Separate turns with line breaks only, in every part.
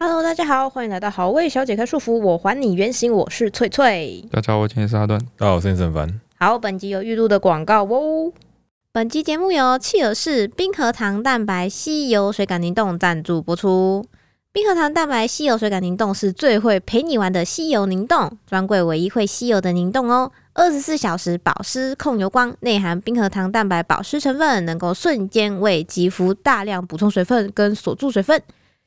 Hello，大家好，欢迎来到好味小姐开束缚，我还你原形，我是翠翠。
大家好，我今天是阿段。
大家好，我是沈凡。
好，本集有预录的广告哦。
本期节目由契尔氏冰河糖蛋白吸油水感凝冻赞助播出。冰河糖蛋白吸油水感凝冻是最会陪你玩的吸油凝冻，专柜唯一会吸油的凝冻哦。二十四小时保湿控油光，内含冰河糖蛋白保湿成分，能够瞬间为肌肤大量补充水分跟锁住水分。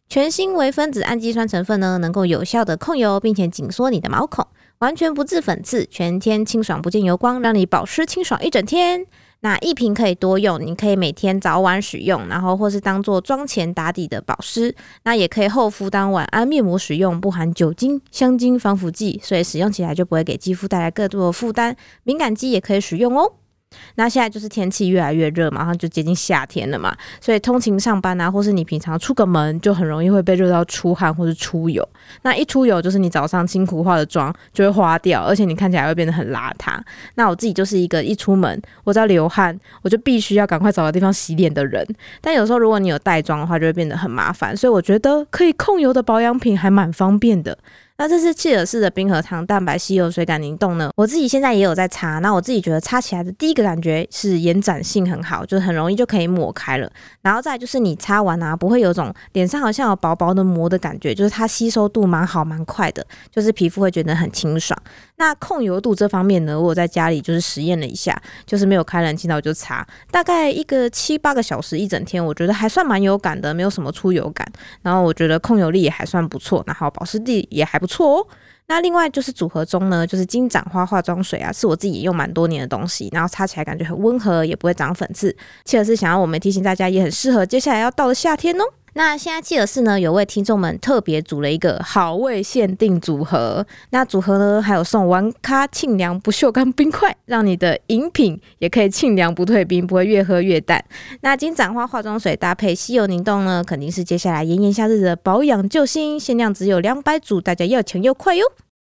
全新微分子氨基酸成分呢，能够有效的控油，并且紧缩你的毛孔，完全不致粉刺，全天清爽不见油光，让你保湿清爽一整天。那一瓶可以多用，你可以每天早晚使用，然后或是当做妆前打底的保湿，那也可以后敷当晚安面膜使用，不含酒精、香精、防腐剂，所以使用起来就不会给肌肤带来更多的负担。敏感肌也可以使用哦。那现在就是天气越来越热，马上就接近夏天了嘛，所以通勤上班啊，或是你平常出个门，就很容易会被热到出汗或是出油。那一出油，就是你早上辛苦化的妆就会花掉，而且你看起来会变得很邋遢。那我自己就是一个一出门我只要流汗，我就必须要赶快找个地方洗脸的人。但有时候如果你有带妆的话，就会变得很麻烦，所以我觉得可以控油的保养品还蛮方便的。那这次契尔氏的冰河糖蛋白吸油水感凝冻呢，我自己现在也有在擦。那我自己觉得擦起来的第一个感觉是延展性很好，就是很容易就可以抹开了。然后再来就是你擦完啊，不会有种脸上好像有薄薄的膜的感觉，就是它吸收度蛮好蛮快的，就是皮肤会觉得很清爽。那控油度这方面呢，我有在家里就是实验了一下，就是没有开冷气，那我就擦，大概一个七八个小时一整天，我觉得还算蛮有感的，没有什么出油感。然后我觉得控油力也还算不错，然后保湿力也还不错哦。那另外就是组合中呢，就是金盏花化妆水啊，是我自己也用蛮多年的东西，然后擦起来感觉很温和，也不会长粉刺。切尔是想要我们提醒大家，也很适合接下来要到的夏天哦。那现在契尔氏呢，有为听众们特别组了一个好味限定组合，那组合呢还有送玩咖沁凉不锈钢冰块，让你的饮品也可以沁凉不退冰，不会越喝越淡。那金盏花化妆水搭配稀有凝冻呢，肯定是接下来炎炎夏日的保养救星，限量只有两百组，大家要抢要快哟！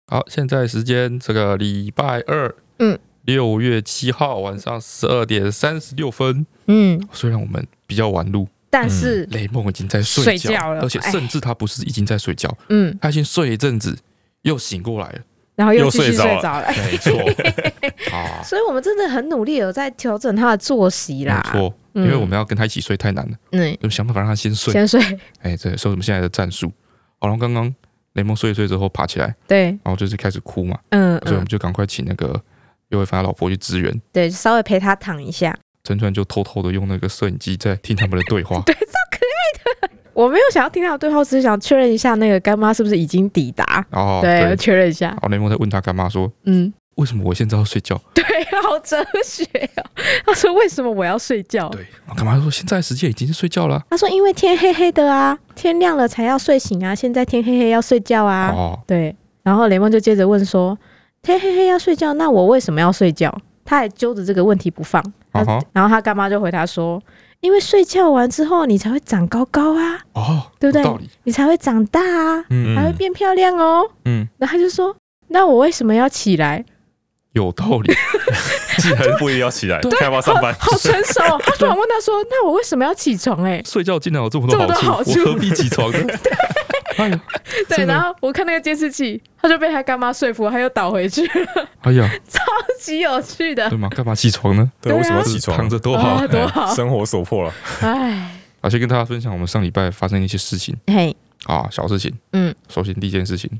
好，现在时间这个礼拜二，
嗯，
六月七号晚上十二点三十六分。
嗯，
虽然我们比较晚录，
但是
雷梦已经在睡
睡
觉，
觉了哎
而且甚至他不是已经在睡觉，
嗯
他已经睡了一阵子，又醒过 来了。
然后又
又
继续
睡着
睡
了
着了，
没 错，啊，
所以我们真的很努力有在调整他的作息
没
啦。
错，因为我们要跟他一起睡太难了，
嗯，
就想办法让他先睡。
先睡，
哎，这所以我们现在的战术。好了，刚刚雷梦睡一睡之后爬起来，
对，
然后就是开始哭嘛，
嗯
所以
嗯
我们，就赶快请那个尤伟凡他老婆去支援。
对，稍微陪他躺一下。。
陈川就偷偷的用那个摄影机在听他们的对话
对，超可爱的。我没有想要听他的对话，我只是想确认一下那个干妈是不是已经抵达。
哦，
对，我确认一下
然。后雷蒙在问他干妈说
嗯，：“
为什么我现在要睡觉
对，好哲学哦。他说为什么我要睡觉？”？
对，然后啊干妈说：“现在时间已经是睡觉了。
他说因为天黑黑的啊，天亮了才要睡醒啊，现在天黑黑要睡觉啊。
哦，
对，然后雷梦就接着问说：“天黑黑要睡觉，那我为什么要睡觉？”他还揪着这个问题不放。
啊哈，
然后他干妈就回答说：“因为睡觉完之后，你才会长高高啊，
哦，
对不对
有道理，
你才会长大啊，
嗯
还会
嗯
变漂亮哦。
嗯，
然后他就说：“那我为什么要起来
有道理，
既然不一定要起来，干嘛？”上
好
班？
好成 熟哦。他突然问他说：“那我为什么要起床、欸？”
睡觉竟然有这么多
这么多
好
好处
处，我何必起床呢？ 哎呀，
对，
真的
然后我看那个监视器，他就被他干妈说服，他又倒回去，
哎呀，
极有趣的
对。吗？干嘛起床呢？
对，
对啊
为什么要起床？
躺着多好
啊，。多好
哎！生活所迫了。
哎，
啊，先跟大家分享我们上礼拜发生的一些事情
嘿，
啊，小事情。
嗯，
首先第一件事情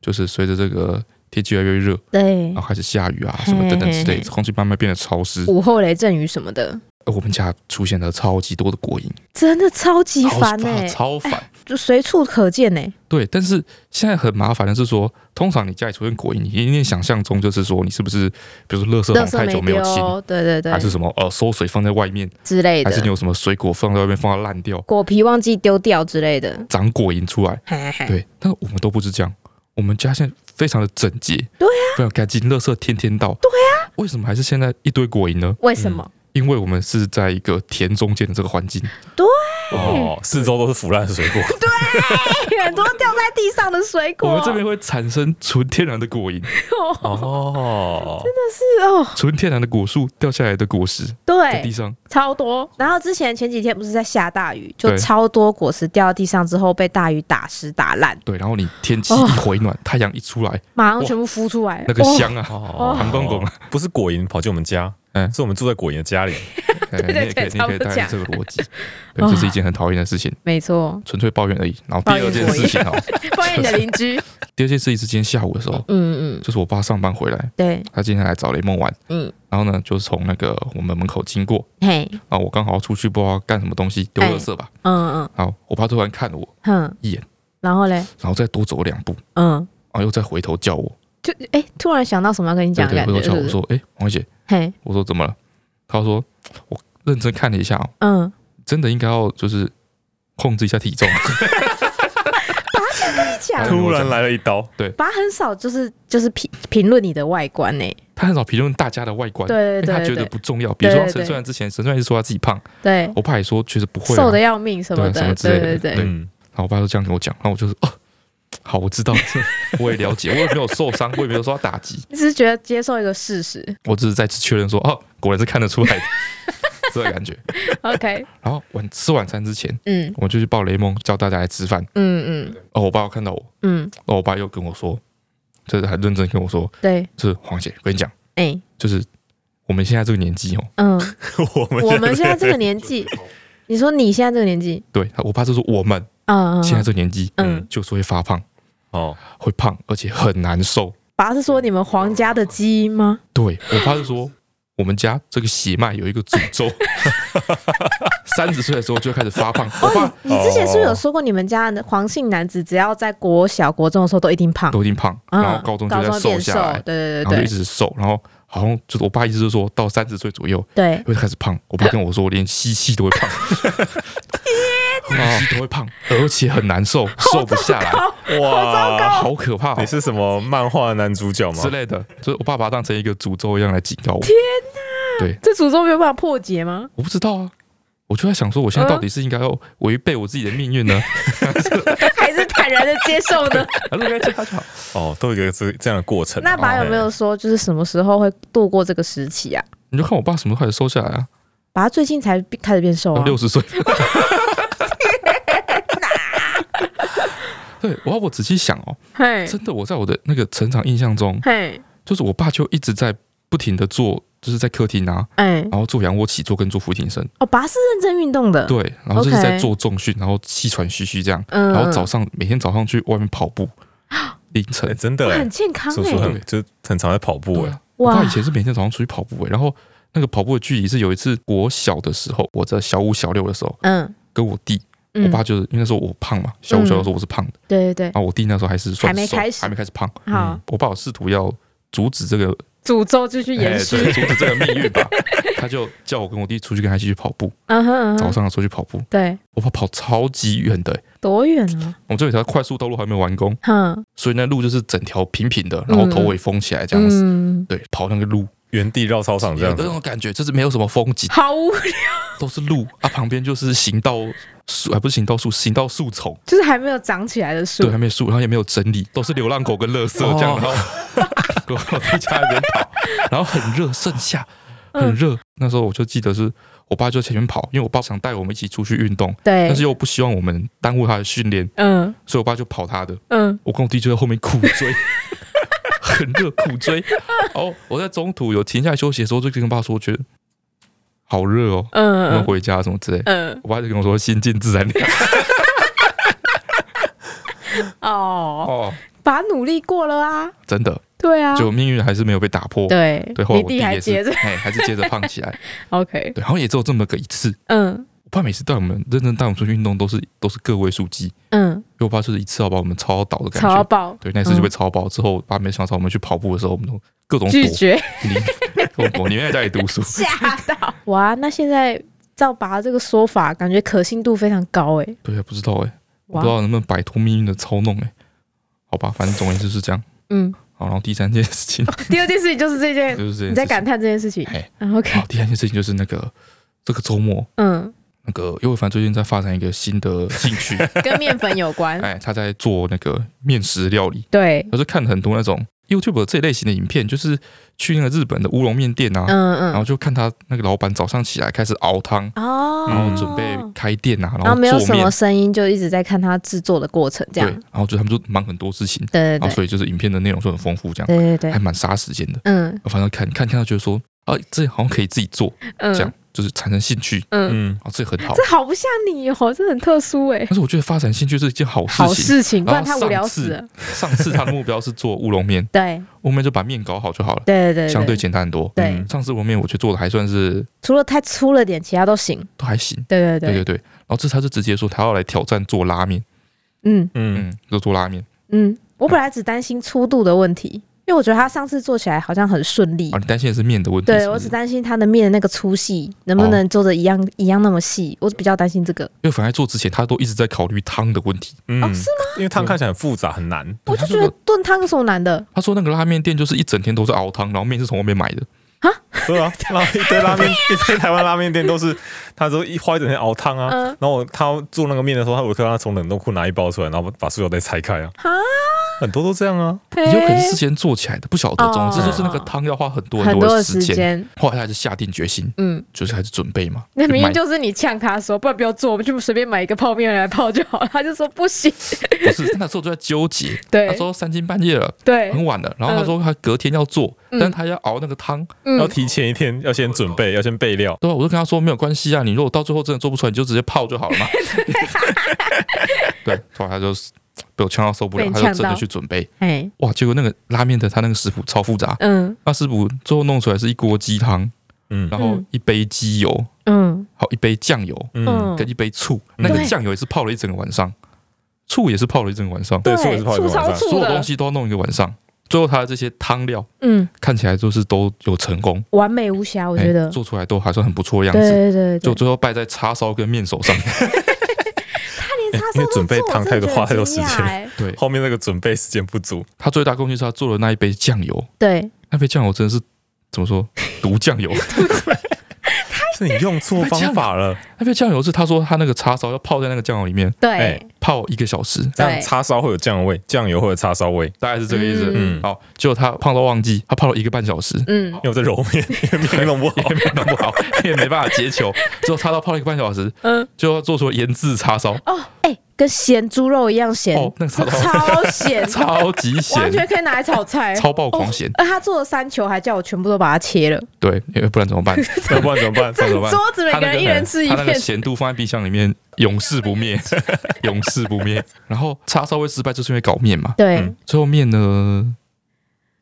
就是随着这个天气越来越热，
对
然，后开始下雨啊，什么等等之
嘿
类
嘿，嘿
空气慢慢变得潮湿。
午后雷阵雨什么的，
呃我们家出现了超级多的果蝇，
真的超级
超
烦哎、
超烦。
就随处可见哎、
对，但是现在很麻烦的是说，通常你家里出现果蝇，你一定想象中就是说，你是不是比如说垃圾
垃
桶
圾
太久没有清，
丢，对对对
还，是什么呃馊水放在外面，
之类
还是你
的，
有什么水果放在外面放到烂掉，
果皮忘记丢掉之类的，
长果蝇出来？
嘿嘿，
对，但我们都不是这样，我们家现在非常的整洁，
对
啊，非常干净，垃圾天天到，对啊，为什么还是现在一堆果蝇呢？
为什么？
因为我们是在一个田中间的这个环境，
对，
哦，四周都是腐烂水果，
很多掉在地上的水
我
果
们，这边会产生纯天然的果蝇，
哦，
是哦，
纯天然的果树掉下来的果实在地
对，
上，
超多。然后之前前几天不是在下大雨，就
对
超多果实掉到地上之后被大雨打湿打烂，
对，然后你天
哦
气一回暖，太阳一出来，
马上全部孵出来。
那个
哇，
香啊，
哦
韩公公，
不是果蝇跑进我们家，
嗯
是我们住在果蝇的家里。
哎你也可以，你也可以带着这个 逻辑，对，这是一件很讨厌的事情，
没 错，
纯粹抱怨而已。然后第二件事情哦，
欢迎你的邻居。
第二件事情是今天下午的时候，
嗯嗯，
就是我爸上班回来，
对，
他今天来找雷梦玩，
嗯，
然后呢，就是从那个我们门口经过，
嘿，
然后我刚好出去不知道干什么东西，丢垃圾吧，
嗯嗯
然后我爸突然看了我
哼，
一眼，
然后嘞，
然后再多走两步，
嗯，
然后又再回头叫我，
就哎，突然想到什么要跟你
对
讲，
对，
感
回头
觉是
叫我
不是？
说，哎，王姐，
嘿，
我说怎么了？他说我认真看了一下哦，
嗯，
真的应该要就是控制一下体重，
你讲
哎
突然来了一刀，
爸很少就是就是评评论你的外观呢、
他很少评论大家的外观。
对
因为他
对
觉
对
得
对
不重要，比如说
对对
陈虽然之前，陈虽然是说他自己胖，
对，
我爸也说确实不会、啊，
瘦的要命什
对
么
啊什
的，
么之类
对
的
对对，
对
嗯，
然后我爸就这样跟我讲，然后我就是 哦，好，我知道， 我也了解，我也没有受伤，我也没有受到打击，
你只是觉得接受一个事实
我只是再次确认说，哦，果然是看得出 来的这个感觉。
，OK，
然后晚吃晚餐之前，
嗯
我就去抱雷蒙，叫大家来吃饭。
嗯嗯
哦，我爸看到我，
嗯，
哦，我爸又跟我说，就是很认真跟我说，
对，
就是黄姐，我跟你讲，
哎、
就是我们现在这个年纪哦，
嗯，
我 们
我们现在这个年纪，你说你现在这个年纪，
对我爸就说我们
嗯嗯，
现在这个年纪，
嗯
嗯，就是会发胖，
哦，
会胖，而且很难受。
爸是说你们皇家的基因吗？
对我爸就说，我们家这个血脉有一个诅 咒，三十岁的时候就开始发胖。
哦
我爸
你之前是不是有说过，你们家的黄姓男子只要在国小、国中的时候都一定胖，
都已经胖，
嗯，
然后高中就在
高中变
下来，
对对
然后就
对对
一直瘦，然后好像就是我爸意思就是说到三十岁左右
对，
会开始胖。我爸跟我说，连吸气都会胖， 呼吸都会胖，而且很难受，瘦不下来，
哇，
好可怕哦
你是什么漫画的男主角吗
之？类的。就是我爸把它当成一个诅咒一样来警告我。
这诅咒没有办法破解 吗？
我不知道啊，我就在想说，我现在到
嗯
底是应该要违背我自己的 命运呢，啊
还是坦然的接受 呢？
还是应该接他就好？
哦，都有一个这这样的过程啊。
那爸有没
哎
有说，就是什么时候会度过这个时期啊？
你就看我爸什么时候开始瘦下来啊？
爸最近才变开始变瘦啊，
六 十岁。对，我要我仔细想哦，
嘿，
真的，我在我的那个成长印象中，
嘿，
就是我爸就一直在不停的做，就是在客厅啊，
哎，
然后做仰卧起坐跟做俯卧撑，
哦，爸是认真运动的，
对，然后就是在
OK
做重训，然后气喘吁吁这样，
嗯，嗯，
然后早上每天早上去外面跑 步，凌
哎
晨。
真的
哇
哎
很，健康
叔叔
哎，
很就是很常在跑步
对
哎，
啊，我爸
哇
以，前是每天早上出去跑步、欸，然后那个跑步的距离是有一次我小的时候，我在小五小六的时候，
嗯
跟我弟，
嗯，
我爸就是因为那时候我胖嘛，小五小六的时候我是胖的，
对对
然后我弟那时候还是算
还没
瘦
开始
还没开始胖，嗯
对，好，
我爸有试图要阻止这个
诅咒继续延
哎
续，
对阻止这 个命运吧，他就叫我跟我弟出去跟他一起去跑步，
嗯哼嗯哼，
早上的时候去跑步，
对，
我爸跑超级远的、欸，
多远啊？
我们这有一条快速道路还没完工，
哼，
所以那路就是整条平平的，然后头尾封起来这样子，
嗯，
对，跑那个路，
原地绕操场这
有
样
那
子。
种感觉，就是没有什么风景。
好 无，
都是路啊，旁边就是行道树，还啊不是行道树，行道树丛，
就是还没有长起来的树哦
对，，还没有树，然后也没有整理，都是流浪狗跟垃圾这样，然后 狗狗在家里边跑，然后很热，盛夏
嗯
很热，那时候我就记得是我爸就前面跑，因为我爸想带我们一起出去运动，
对，
但是又不希望我们耽误他的训练，
嗯
所以我爸就跑他的，
嗯，
我跟我弟就在后面苦 追。很热，苦追。哦，我在中途有停下来休息的时候，就跟我爸说，我觉得好热哦，我们
嗯
回家什么之类的。
嗯
我爸就跟我说：“心静自然凉。
哦，”
哦，
爸努力过了啊，
真的，
对啊，
就命运还是没有被打破。
对
对，后来
你
我
弟还
也
接
是，
着
哎，还是接着胖起来。
，OK，
对，然后也只有这么个一次。
嗯
我爸每次带我们认真带我们出去运动，都是都是个位数计，因
嗯，
为我爸就是一次要把我们超倒的感
超
觉。
爆，
对，那次就被超爆。之后，我爸没想到我们去跑步的时候，我们都各种躲，
拒 绝
你 我躲，你在家里 读书。
吓到，哇，那现在照爸这个说法，感觉可信度非常高哎，
对，不知道哎，我不知
哇，
道能不能摆脱命运的操弄哎。好吧，反正总而言之是这样。
嗯，
好，然后第三件事 情
第二件事情就是这件，
就是这件事情。
你在感叹这件事情
哎，
嗯，OK，
好，第三件事情就是那个这个周末
嗯
那个尤伟凡最近在发展一个新的 兴趣，
跟面粉有关。
哎，他在做那个面食料理，
对，
他就看很多那种 YouTube 这类型的影片，就是去那个日本的乌龙面店啊，然后
嗯
就看他那个老板早上起来开始熬汤，
嗯，哦，
然后准备开店啊，
然后没有
做
什
面
么，声音，就一直在看他制作的过程，这
对
样。，
然后就他们就忙很多事情，
对
然
对
后所以就是影片的内容就很丰富，这
对
样
对对
还
对，
蛮杀时间的。
嗯
我反正看看看到觉得说，啊，这好像可以自己做，
嗯
这样就是产生兴趣，
嗯，
嗯，
啊，这很好
这。好不像你哦，这很特殊哎，
但是我觉得发展兴趣是一件好事
好
情。
事情，不
然
然
后
他
上
无聊
次
死了。
上次他的目标是做乌龙面，
对
乌龙面就把面搞好就好了，
对对对，
相对简单很多。
对
嗯
上次乌龙面我觉得做的还算是
除了太粗了点，其他都行。
都还行，
对对
对对
对，
对。然后这次他就直接说他要来挑战做拉面，
嗯
嗯，
嗯，就做拉面
嗯，我本来只担心粗度的问题，因为我觉得他上次做起来好像很顺利
啊。。你担心的是面的问题，
对
是不
我
是
只担心他的面的那个粗细能不
哦
能做的一样、一样那么细，我比较担心这个。
因为反正做之前他都一直在考虑汤的问题。
嗯
哦，是吗？
因为汤看起来很复杂，很难。
我就觉得炖汤有什么难的？
他说那个拉面店就是一整天都在熬汤，然后面是从外面买的，
对啊，拉一堆拉面，一堆台湾拉面店都是，他都一花一整天熬汤啊。
嗯
然后他做那个面的时候，他我看他从冷冻库拿一包出来，然后把塑料袋拆开啊
哈，
很多都这样啊。
也有可能是
嘿
事先做起来的，不晓得。总之
哦
就是那个汤要花很多
很多
的
的
时
时
间。
间。
后来他就下定决心，
嗯，
就是开始准备嘛。
那明
买
明就是你呛他说，不然不要做，我们就随便买一个泡面来泡就好了。 他就说不 行，
不是，他那时候就在纠结。
对
他说三更半夜了，
对，
很晚了。然后他说他隔天要做，
嗯
但他要熬那个汤。
要
嗯，
提前一天，要先准备，要先备料。
对啊，我就跟他说没有关系啊，你如果到最后真的做不出来，你就直接泡就 好了嘛。对，后来他就被我呛到受不了
被，你
他就
呛
真的
到
去准备。
哎，
哇，结果那个拉面的他那个食谱超复杂，
嗯
那食谱最后弄出来是一锅鸡汤，
嗯
然后
嗯
一杯鸡油，
嗯
还有一杯酱油，
嗯，
跟一杯醋，那个
对
酱油也是泡了一整个晚上，醋也是泡了一整个晚上，
对，所以我是泡一个
醋
晚
超
上。
醋
所有东
的，
西都要弄一个晚上。最后它的这些汤料
嗯，
看起来就是都有成功，
完美无瑕，我觉
哎
得。
做出来都还算很不错的样
对
子。
对对对，
就最后败在叉烧跟面手上，
连插
哎
因为
手都
准备
做我
汤
真的
太多
觉得
花太多
惊
时
讶
间了
哎
对
后面那个准备时间不足，
他最大贡献是他做了那一杯酱油，
对，
那杯酱油真的是怎 么说毒酱油？
是你用错方法了。
那杯酱油是他说他那个叉烧要泡在那个酱油里面
对
哎，
泡一个小时，
这样叉烧会有酱味，酱油会有叉烧味，
大概是这个意思。
嗯
好，结果他泡到忘记，他泡了一个半小时，
嗯，
因为我在揉面，因为面弄不好。
也没弄不好，也没办法接球，最后叉烧泡了一个半小时，
嗯，
就要做出腌制叉烧，
哦，哎，跟咸猪肉一样咸，
哦那个
是
超
超咸，
超级
完
咸，
全可以拿来炒菜。
超爆狂咸，
而他做了三球，还叫我全部都把它切了，
对，因为不然怎么办？
要不然 怎么办？
怎么办？
桌 子每
他
个
那
人一人吃一
他那个
片，
咸度放在冰箱里面，永世 不灭，永世不灭。然后叉烧会失败，就是因为搞面嘛。
对，
嗯
最后面呢，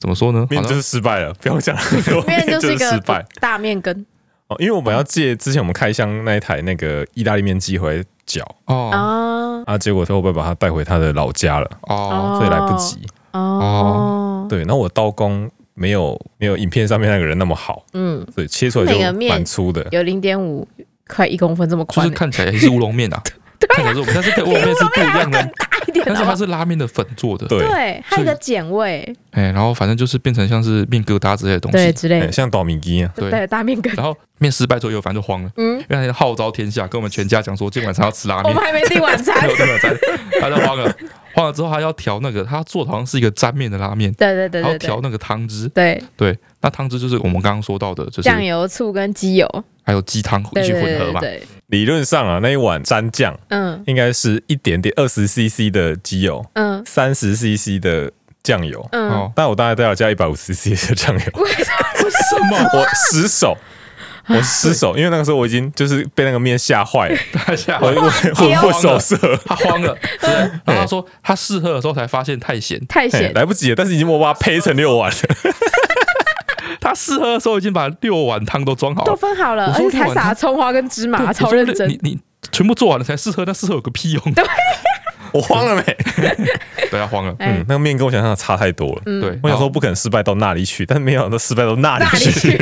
怎么说呢？
面
好
就
像
是失败了，不要讲很多，
面
面
就是一
失
个
败。
大面羹
哦，因为我们要借之前我们开箱那一台那个意大利面机回来搅
哦
啊
啊，结果他后被把他带回他的老家了，
哦，
所以来不及。
哦，
对，然后我刀工没有没有影片上面那个人那么好，
嗯，
所以切出来
每个
就
面
蛮粗的。
有零点五快一公分这么
就
宽
是
欸，
看起来也是乌龙 面啊，看起来是，但是跟乌龙面是不一样的，
大一点
但是它
的，哦
是拉面的粉做的，
对，
啊对，还有一
所以
个碱味，
哎，然后反正就是变成像是面疙瘩之类的东
对
西。
之类
哎
的，
像倒米鸡啊，
对
对，大面羹，
然后面失败之后，又反正就慌了，
嗯，
因为他号召天下，跟我们全家讲说，今晚上要吃拉
我
面
们，还没订晚餐
没， 有这个餐，他就慌了，慌了之后他要调那个，他做的好像是一个沾面的拉面，
对对对
然
对
后调
对
那个汤汁，
对，
对，那汤汁就是我们刚刚说到的，就是
酱油、醋跟鸡油，
还有鸡汤一
对
起
对
混合
对
嘛，
对，
理论上啊，那一碗蘸酱
嗯
应该是一点点二十 CC 的鸡油，
嗯
三十 CC 的酱油，
嗯，
哦，
但我大概都要加一百五 CC 的酱油。
什么？
我失手，我失手，因为那个时候我已经就是被那个面吓坏了，
嗯
他 吓
我
坏了，
我魂不守舍，
他慌 了，对，然后他说他试喝的时候才发现太咸，
太
嘿
哎
咸，
哎来不及了，但是已经我把它胚成六碗了，
他试喝的时候已经把六碗汤都装好
都
了，
分好了，
我
而
说
且还
晚
撒
上
葱花跟芝
对
麻，
我
超
说
认
你
真。
你你全部做完了才试喝，那试喝有个屁用？
我慌了没？
对，他慌了，
哎
嗯，那个面跟我想象的差太多了。
嗯
对，
我
然
想
后
说不可能失败到那里去，但是没想到失败到那里
大力
去。
去，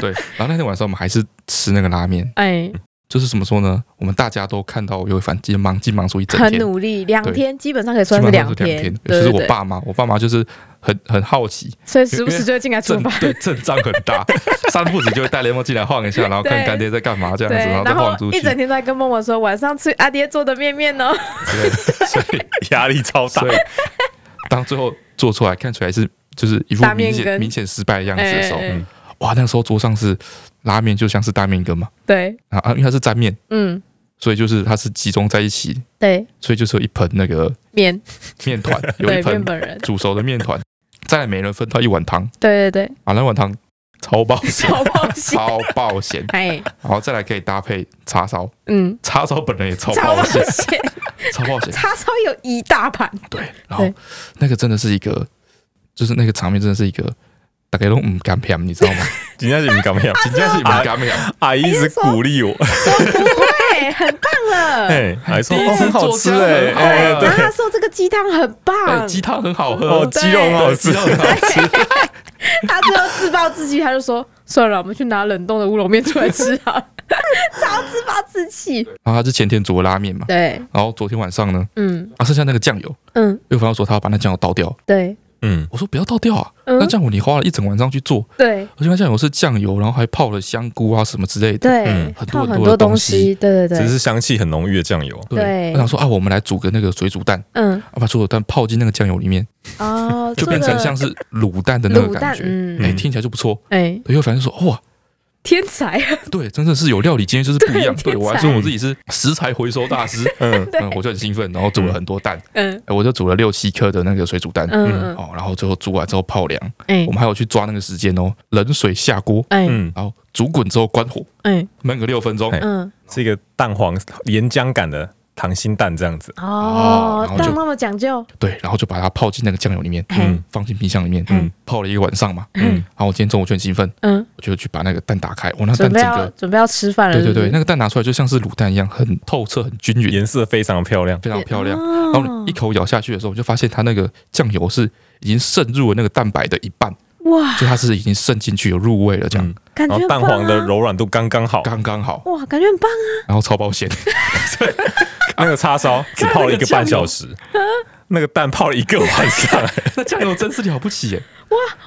对，然后那天晚上我们还是吃那个拉面，
哎，
就是怎么说呢？我们大家都看到我有反击忙进忙出一整
很
天，
努力，两
对
天基本上可以
基
算
本上
两
都是两天。尤
对
其是
对
我
对，
爸妈，我爸妈就是很很好奇，
所以时不时就会进来出
阵
发，
对阵仗很大，三步子就会带雷蒙进来晃一下，然后看
对
干爹在干 嘛这样
对
子，然后，再
然
晃
后
出去
一。整天都在跟默默说晚上吃阿爹做的面面哦，
对，所以
压力超大
所。以 当最后做出来看起来是就是一副
大面
明显
羹
明显失败的样子的时 候，
哎哎哎
嗯
哇，那时候桌上是拉面，就像是大面羹嘛，
对，
啊啊，因为它是沾面，
嗯，
所以就是它是集中在一起，
对，
所以就是有一盆那个
面
面 团，有
对
一盆
面本人，
煮熟的面团，再来每人分到一碗汤，
对对对，
啊，那碗汤 超爆咸，
超爆笑，
超爆咸，
哎，
然后再来可以搭配叉烧，
嗯，
叉烧本人也超
超
爆
爆
咸，
笑，
超爆咸，
叉烧有一大盘，
对，然后
对
那个真的是一个，就是那个场面真的是一个。大概都唔敢骗，你知道吗？
今天是敏感没 有？
真的是唔敢骗。
阿姨一直鼓励我，
对，很棒 了。
哎，还说
第一
哦
次
很好
做
吃
家
哎，
很好
哎
啊
对
然后，他说这个鸡汤很
哎
棒，
鸡汤很好
哦
喝，
鸡肉很好吃
鸡，肉很好吃。
他最后自暴自弃，他就说算了，我们去拿冷冻的乌龙面出来吃好了， 超自暴自弃。
然后他是前天煮的拉面嘛，
对，
然后昨天晚上呢，
嗯
啊，剩下那个酱油，
嗯，
又朋友说他要把那酱油倒掉，
对，
嗯，
我说不要倒掉啊，
嗯
那酱油你花了一整晚上去做，
对
而且那酱油是酱油，然后还泡了香菇啊什么之类的，
对
嗯，
很
泡
多
很
很多的
东
东
西，
西
对对
只
对，
是香气很浓郁的酱油，
对
我想说啊，我们来煮个那个水煮蛋，
嗯，
啊，把水煮蛋泡进那个酱油里面，
哦，
就变成像是卤蛋的那
卤
个
蛋
感，觉，
嗯，
哎，
嗯
听起来就不错。
哎，
对，又反正说哇，
天才，
对，真的是有料理经验就是不一样。
对
对我还
天才
说我自己是食材回收大师，
嗯，
对
嗯，我就很兴奋，然后煮了很多蛋，
嗯
哎我就煮了六七颗的那个水煮蛋，
嗯嗯，
哦，然后最后煮完之后泡凉，
哎
我们还有去抓那个时间哦，冷水下锅，
哎
嗯，
然后煮滚之后关火，
哎
焖个六分钟，
哎
嗯，
是一个蛋黄岩浆感的溏心蛋这样子，
哦
然，后就
蛋那么讲究，
对，然后就把它泡进那个酱油里面，
嘿
嗯
放进冰箱里面，
哎嗯
嗯，泡了一个晚上嘛。
嗯，
然后我今天中午就很兴奋，
嗯，
我就去把那个蛋打开，我那
准
蛋
备
整
要
个，
准备要吃饭了，
对对
是不
对，
是
那个蛋拿出来就像是卤蛋一样，很透彻，很均匀，
颜色非常漂亮，
非常漂亮。
哦
然后你一口咬下去的时候，我就发现它那个酱油是已经渗入了那个蛋白的一半，
哇，
就它是已经渗进去有入味了，这样
嗯
感觉
然
很
后蛋
棒
黄的
啊
柔软度刚刚好，
刚刚好，
哇，感觉很棒啊！
然后超保险。
那个叉烧只泡了一个半小时，那个蛋泡了一个晚上，
那 酱油真是了不起 耶！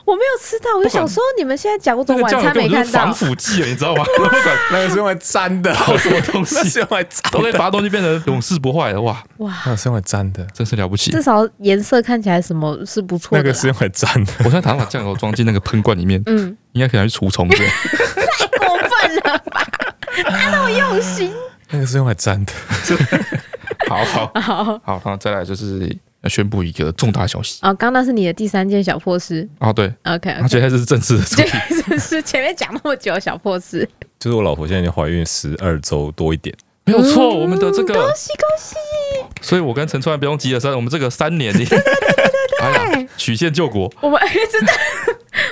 我没有吃到，我就想说你们现在讲，我怎
那
么
个
晚
酱油
餐
根
没
本就
看
是防
到？
腐剂了，你知道吗？不管
那个是用来沾的，
泡什么东西
那是用来沾
都可以
的，
把东西变成永世不坏的，哇，
哇，
那是用来沾的，
真是了不起！
至少颜色看起来什么是不错
那
的
个
啦。
是用来沾的，
我现在打算把酱油装进那个喷罐里面，
嗯，
应该可以拿去除虫子。
过分了吧？ 那么用心。
那个是用来沾的，
好好
好，
好，然后再来就是要宣布一个重大消息
哦，刚那是你的第三件小破事。
啊，对，
OK，
而且
OK，
它是正 式的主
这
题，
这是前面讲那么久的小破事，
就是我老婆现在已经怀孕十二周多一点，
没有错，我们的这
嗯恭
个，
喜恭喜！
所以我跟陈川不用急了，三，我们这个三 年的，哎呀，曲线救国。
我们真的，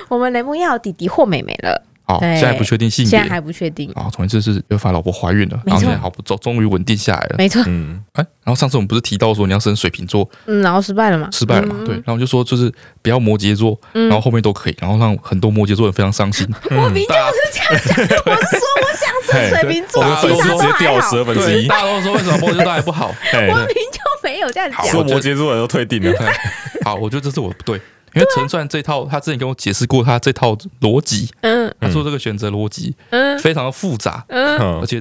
我们雷蒙要有弟弟或妹妹了，
好，
对
现在不确定性
现
别
在还不确定。
啊，总之是有法老婆怀孕了，
没错
然后现在好不终终于稳定下来了。
没错，
嗯，
哎，然后上次我们不是提到说你要生水瓶座
嗯，然后失败了嘛？
失败了嘛？对，然后我就说就是不要摩羯座，
嗯
然后后面都可以，然后让很多摩羯座人非常伤心。 嗯
我明
大家
是这样讲的，嗯我是说我想
嘿
吃水瓶座，
我
其
的
他
粉
都
丝直接掉
还好
十二分之
对，
一，
大家都说为什么摩羯座还不好？
哎
我明就没有这样
好
讲。
说摩羯座的都退订了，
对 好，我觉得这是我不对，因为陈算这套，他之前跟我解释过他这套逻辑，
嗯
他做这个选择逻辑
嗯
非常的复杂，
嗯，
而
嗯，
且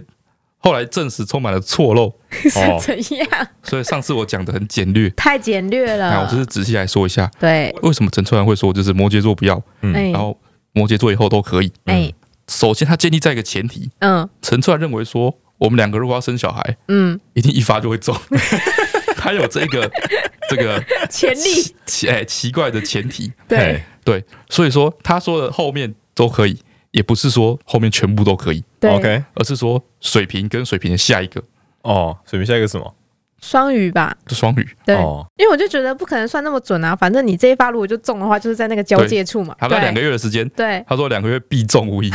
后来证实充满了错漏，
哦
是怎样？
所以上次我讲的很简略。
太简略
那
了
我。就是仔细来说一下，
对，
为什么陈川会说就是摩羯座不要，
嗯
哎
然后摩羯座以后都可以。
哎
首先，他建立在一个前提，
嗯
陈川认为说，我们两个如果要生小孩，
嗯，
一定一发就 会中。他有这个这个
潜 力
奇奇哎奇怪的前提，
对
嘿
对，所以说他说的后面都可以，也不是说后面全部都可以，
对
，OK，
而是说水平跟水平的下一个
哦，水瓶下一个是什么？
双鱼吧？
就双语。
对，
哦，
因为我就觉得不可能算那么准啊。反正你这一发如果就中的话，就是在那个交界处嘛。
他
对
在两个月的时间，
对
他说两个月必中无疑，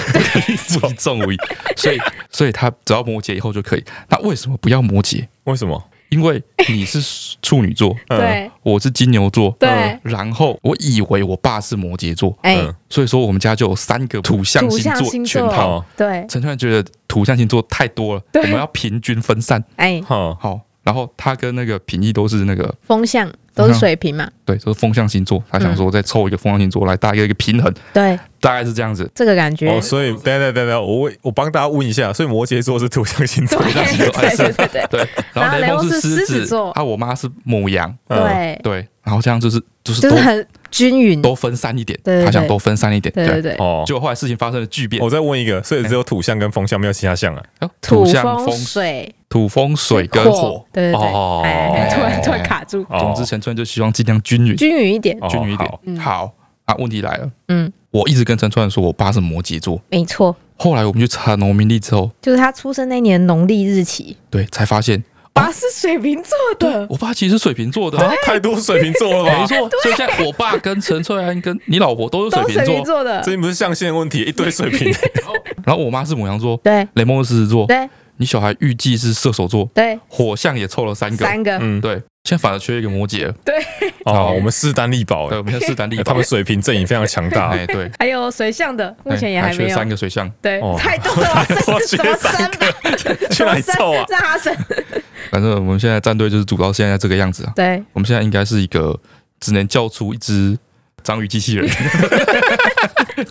必中无疑，所以所以他只要摩羯以后就可以。那为什么不要摩羯？
为什么？
因为你是处女座，
嗯，
对
我是金牛座，
对，
然后我以为我爸是摩羯座，
哎、
嗯
所以说我们家就有三个土象
土
星
象
座
星
全
座
套。
好，
对，
陈突然觉得土象星座太多了，我
对
们要平均分散。
哎、
好，
好，然后他跟那个品义都是那个
风向都是水平嘛，
对，都是风象星座，他想
嗯
说再凑一个风象星座来大概一个平衡，
对，
大概是这样子。
这个感觉。
哦，所以等一下等一下等一下，我我帮大家问一下，所以摩羯座是土象星座
对，对对对对
对，然
然
后
后
雷
雷
蒙
蒙是
是狮
狮
子
子座
啊，我妈是母羊，
嗯，
对，
对，然后这样就是就是
就
都
是很均匀。
都分散一点
对，对
他想
对
多分散一点，
对对对，
哦，
结果后来事情发生了巨变
我，再问一个，所以只有土象跟风象，没有其他象啊？
啊
土
象
风
风
水
土风水跟火，，
对对对，
哦
哎哎哎
突然突然卡住，
哦
总之陈川就希望尽量均匀，
均匀一点。
哦
均匀一
好
点。
嗯
好啊，问题来了，
嗯，
我一直跟陈川说我爸是摩羯座，
没错，
后来我们去查农民历之后，
就是他出生那年农历日期。
对，才发现
爸是水瓶座的，
我爸其实是水瓶座的。
啊，太多水瓶座了吧？
没错，所以现在我爸跟陈翠安跟你老婆都是
都
水
是水
瓶
瓶
座，
座的
最，近不是象限问题，一堆水瓶。
然后我妈是母羊座，
对
雷蒙是狮子座，
对
你小孩预计是射手座，
对，
火象也凑了三个，
三个
嗯，
对，现在反而缺一个摩羯了，
哦，我们势单力薄
对，
哎，
我们现在势单力
他
薄
们，水瓶阵营非常强大。
哎，对，
还有水象的，目前也还
哎
没
缺
有
三，个水象，
对
哦，
太多了，
我
这
缺
是什么
三
神吧？
去哪里凑啊？
让他神，
反正我们现在战队就是组到现在这个样子啊，
对，
我们现在应该是一个只能叫出一只章鱼机器人，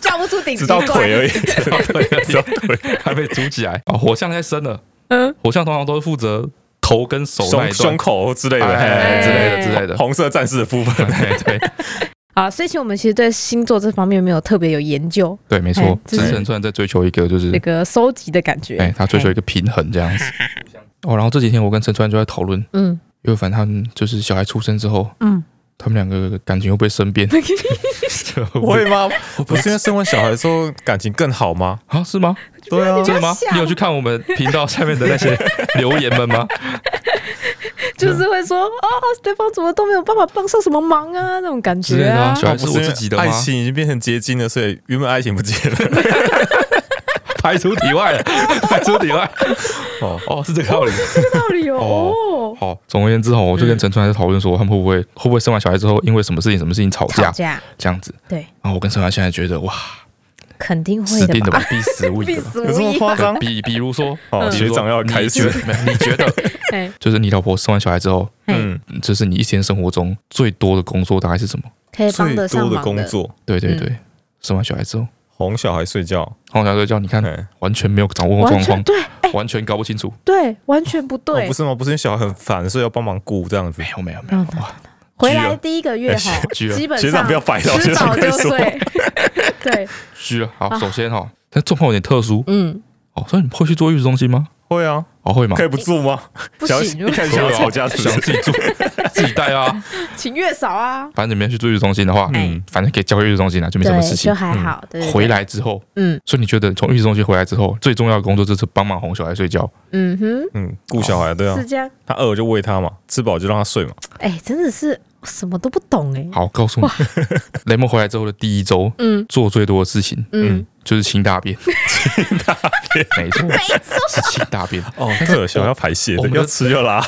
叫不出顶级
只到腿
怪，
而已，只到腿，只到腿，
还被组起来啊，火象太深了，
嗯，
火象通常都是负责头跟手那
胸
一
胸
段
口之类的
哎
嘿，
之
之类
类的之类
的，
的，
红色战士的部 分。
对对
好，所以其实我们其实对星座这方面没有特别有研究，
对，没错
哎，
只
就是
是陈川在追求一个就是
那个收集的感觉。
哎、他追求一个平衡这样子。哦，然后这几天我跟陈川就在讨论，
嗯
因为反正他们就是小孩出生之后，
嗯，
他们两个感情又被生变，
会吗？不是因为生完小孩之后感情更好吗？
啊是吗？
对啊，
真的吗
想？
你有去看我们频道下面的那些留言们吗？
就是会说哦，对方怎么都没有办法帮上什么忙啊，那种感
之类
觉
的啊
啊。
小孩是我自己的吗
爱情已经变成结晶了，所以原本爱情不见了。
排除体外了，排除体外。
哦
哦，是这个道理。
道理哦，
好，总而言之哈，我就跟陈川在讨论说，他们会不会会不会生完小孩之后，因为什么事情什么事情吵
吵
架
架，
这样子？
对，
然后我跟陈川现在觉得哇，
肯定会
死定了
吧？
吧，必死无疑
必
了吧。
死
有这
无
么
疑，
夸张
对？比比如说，
哦，
比如
学
说
长要开
你
始
觉。得 你觉得
哎，
就是你老婆生完小孩之后，
嗯，
这是你一天生活中最多的工作大概是什么？
可以帮
最
得上
多的
忙
工作，
对对
嗯
对，生完小孩之后，
哄小孩睡觉。
然后小孩睡觉，你看
嗯
哎
完全没有掌握
完
状
全
况，
对，哎
完全搞不清楚。
对，完全不
哦
对
不，是吗？不是因为小孩很烦，所以要帮忙顾这样子
没。有没有没有
嗯，
哇，
回
居
来
了
第一个月哈
哎，
居了
基本
学
上
长不要白了，
迟
学
早
长
就
跟你说，
睡，对，
虚了。好，
啊
首先哈，那状况有点特殊
嗯，
哦，所以你会去做月子中心吗？
会啊，
哦，会吗
可？以不做吗？
不
想要
行
一，开始想要吵架是不啊
想自
是？
己做， 自己带啊。
请月嫂啊，
反正你没去做月子中心的话，
哎
嗯，反正可以交给月子中心了，就没什么事
对，
情嗯
就。还好。对对对
回来之后，
嗯
所以你觉得从月子中心回来之后，最重要的工作就是帮忙哄小孩睡觉。
嗯哼，
嗯，顾小孩对啊
是，这样，
他饿就喂他嘛，吃饱就让他睡嘛。
哎，真的是什么都不懂哎。
好，告诉你，雷蒙回来之后的第一周，
嗯
做最多的事情
嗯，
就是清大便，清大便， 没错，没错，是清大便。
哦，对，小孩要排泄，
我
对
们
要吃就拉。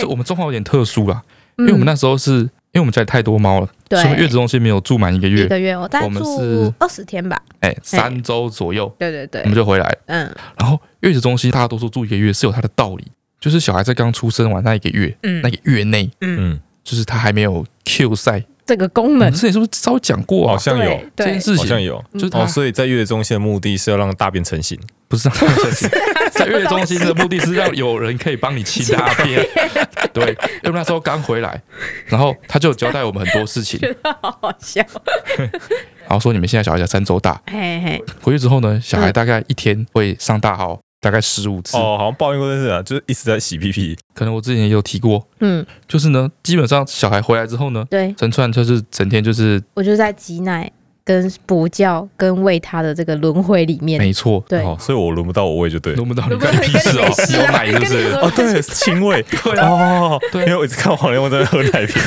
就我们状况有点特殊啦，因
因
为我们那时候是因为我们家里太多猫了，
对
所以我们月子中心没有住满一个
一
月，
个月我大概
我们
住
是
二十天吧。
哎，三周左右
对对对
我，们就回来了。
嗯
然后月子中心大多数住一个月是有它的道理，就是小孩在刚出生完那一个月，
嗯
那，个月内
嗯，
就是他还没有 Q 赛，
这个功
我
能
们之前是不是稍微讲过
好
啊？
像有，
对
这件事
好像
情
有。
就是他
哦，所以在月中心的目的是要让大便成型。
不是这样的事情在月子中心的目的是让有人可以帮你清大便。对，因为那时候刚回来，然后他就有交代我们很多事情，
觉 得好好笑，
然后说你们现在小孩才三周大，
嘿嘿，
回去之后呢，小孩大概一天会上大号大概十五次，
哦，好像抱怨过这事啊，就是一直在洗屁屁。
可能我之前也有提过，
嗯，
就是呢，基本上小孩回来之后呢，
对
陈川就是整天就是
我就在挤奶、跟补觉、跟喂他的这个轮回里面。
没错，
对，
哦，所以我轮不到我喂就对了。
轮不到你
轮不
关
到
你
你
屁事哦
关你屁，事
有
啊
奶是不
跟你
是？
说
哦，对，亲喂。对
啊
哦，
对
因为我一直看黄连梦在喝奶瓶。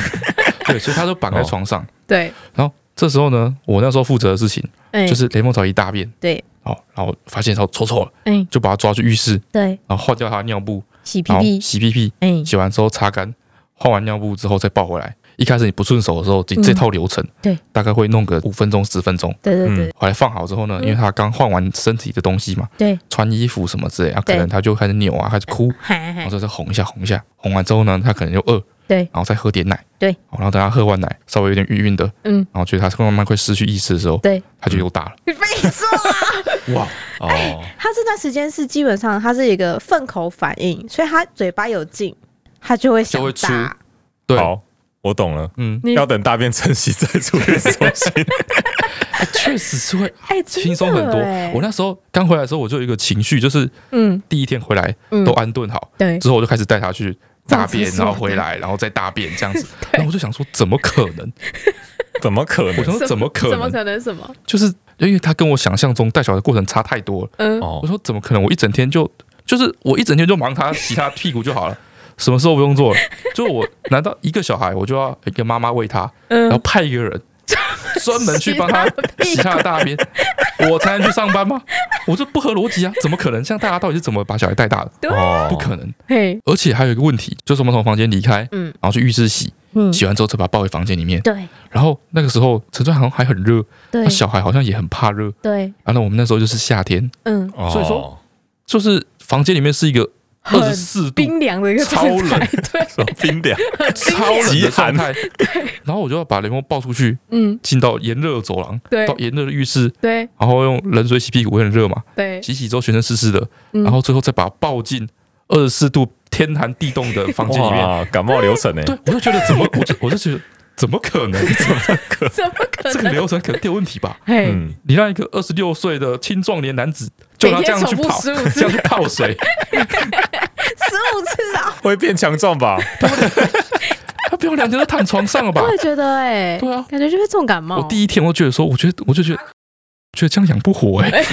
对，所以他就绑在床上，
对，
然后这时候呢，我那时候负责的事情
哎
就是雷梦草一大便，
对，
好，然后发现他臭臭了，
哎，
就把他抓去浴室，
对，
然后换掉他的尿布，
洗屁
然后
屁，
洗屁屁，
哎，
洗完之后擦干，换完尿布之后再抱回来。一开始你不顺手的时候，这
嗯
这套流程，
对，
大概会弄个五分钟十分钟。
对对
嗯
对
回来放好之后呢，因为他刚换完身体的东西嘛，
对，
穿衣服什么之类，啊，可
对
能他就开始扭啊，开始哭，
嗨
然
嗨
后，再再哄一下哄一下，哄完之后呢，他可能又饿，
对
然后再喝点奶，
对
好，然后等他喝完奶，稍微有点晕晕的，
嗯，
然后觉得他慢慢快失去意识的时候，
对，
他就又大 了，
没错，
哇哦，
他这段时间是基本上他是一个粪口反应，所以他嘴巴有劲，他就会想
就会出
打。
对，
好，我懂了，
嗯，
你
要等大便成型再出月子中 心。
确实是会
哎，真的
轻松很多
哎。
我那时候刚回来的时候，我就有一个情绪，就是
嗯
第一天回来
嗯
都安顿好，
对
之后我就开始带他去大便，
上 厕所
然后回来，然后再大便这样子。然后我就想说，怎么可能？
怎么可
我
能？
想说，怎么可
怎么
能？
可能什么？
就是因为他跟我想象中带小孩的过程差太 多了。
嗯，
我
哦，
说怎么可能？我一整天就就是我一整天就忙他洗他屁股就好了， 什么事都不用做了。就我难道一个小孩我就要一个妈妈喂他，然后派一个人专门去 帮他洗他的大便， 我才能去上班吗？我这不合逻辑啊！怎么可能？像大家到底是怎么把小孩带大的？
对
哦
啊不可能！
嘿，
而且还有一个问题，就是我们从房间离开，
嗯
然后去浴室洗，
嗯，
洗完之后再把他抱回房间里面。
对
然后那个时候陈川好像还很热，
对
那小孩好像也很怕热。
对，
然后我们那时候就是夏天，
嗯，
哦
所以说，就是房间里面是一个
很
二十四度
冰凉的一个
超
状态
冷，
对，
什么冰凉？
超冷
极
的
寒
状态， 然后我就要把雷蒙抱出去，
嗯，
进到炎热的走廊，
对
到炎热的浴室，
对
然后用冷水洗屁股，会很热嘛，
对，
洗洗之后全身湿湿的，
嗯
然后最后再把它抱进二十四度天寒地冻的房间里面，
哇，感冒流程欸呢？
对我就觉得怎么，我就我就觉 得怎么可能？
怎么可
这个
能？
流程可能有问题吧？
嘿，
嗯，
你让一个二十六岁的青壮年男子就让他这样去跑，
每天重复15次
这样去泡水，
十五次啊，
会变强壮吧？
哎他不用两天都躺床上了吧
我？也觉得哎，
对啊
感觉就会重感冒。
我第一天我就觉得说，我觉得我就觉得觉得这样养不活哎、欸，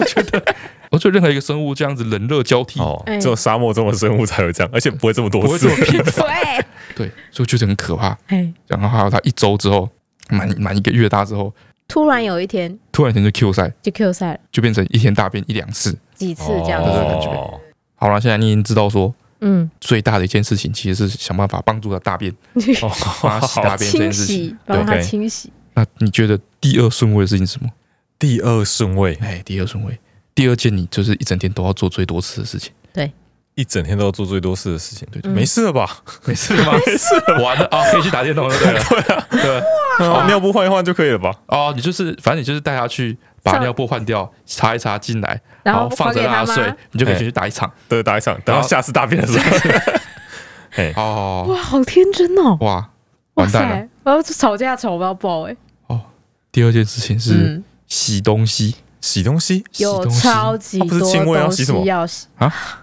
我觉得我觉得任何一个生物这样子冷热交替，
哦，
哎
只有沙漠中的生物才有这样，而且不会这么
不
多
会这
次
么。频繁，
对，
对，所以我觉得很可怕。
嘿，
然后还有他一周之后，满满一个月大之后，
突然有一天
突然间就 Q 赛，
就 Q 赛了
就变成一天大便一两次。
几次这样
哦
子，
对好了，现在你已经知道说。
嗯，
最大的一件事情其实是想办法帮助他大 便，
哦，
帮他洗大
好。
便这件
清
事情。
洗帮他
OK
清洗，
那你觉得第二顺位的事情是什么？
第二顺位，
哎，第二顺位，第二件你就是一整天都要做最多次的事情，
一整天都要做最多事的事情，
对
对，没事了吧？
嗯没事吗？没事， 完了啊，可以去打电动了， 对了，对。
哦尿布换一换就可以了吧？
哦，你就是反正你就是带他去把
上
尿布换掉，擦一擦进来，
然后
放着
还给
让
他
睡
吗，
你就可以去打一场。
对，打一场，等到下次大便的时候，
哦，
哇，好天真哦！
哇，
哇
完蛋了
塞！，我要吵架吵到爆哎。
第二件事情是，洗东西，
洗东西，
嗯
洗
有
东西，
超级
啊
多
不是亲喂要
东
洗什么
西要洗
啊，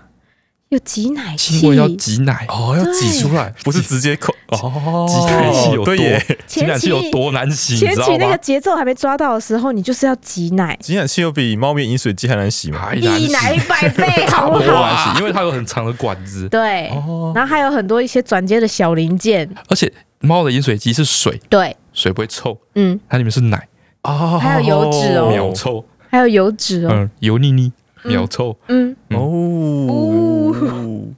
有挤奶
因
器
为，要挤奶，
哦，要挤出来，不是直接扣哦，
挤奶器有多
对耶，，
挤奶器有多难洗，你
前期
知道
那个
吗？
节奏还没抓到的时候，你就是要挤奶，
挤奶器有比猫咪饮水机还难洗吗？
太难
一
洗，
奶一百 倍，好不
多
好？
难洗，因为它有很长的管子，
对，
哦，
然后还有很多一些转接的小零件，
而且猫的饮水机是水，
对，
水不会臭，
嗯，
它里面是奶，
哦
还有油脂哦
秒臭，
还有油脂哦，
嗯，油腻腻，秒臭，
嗯，
哦，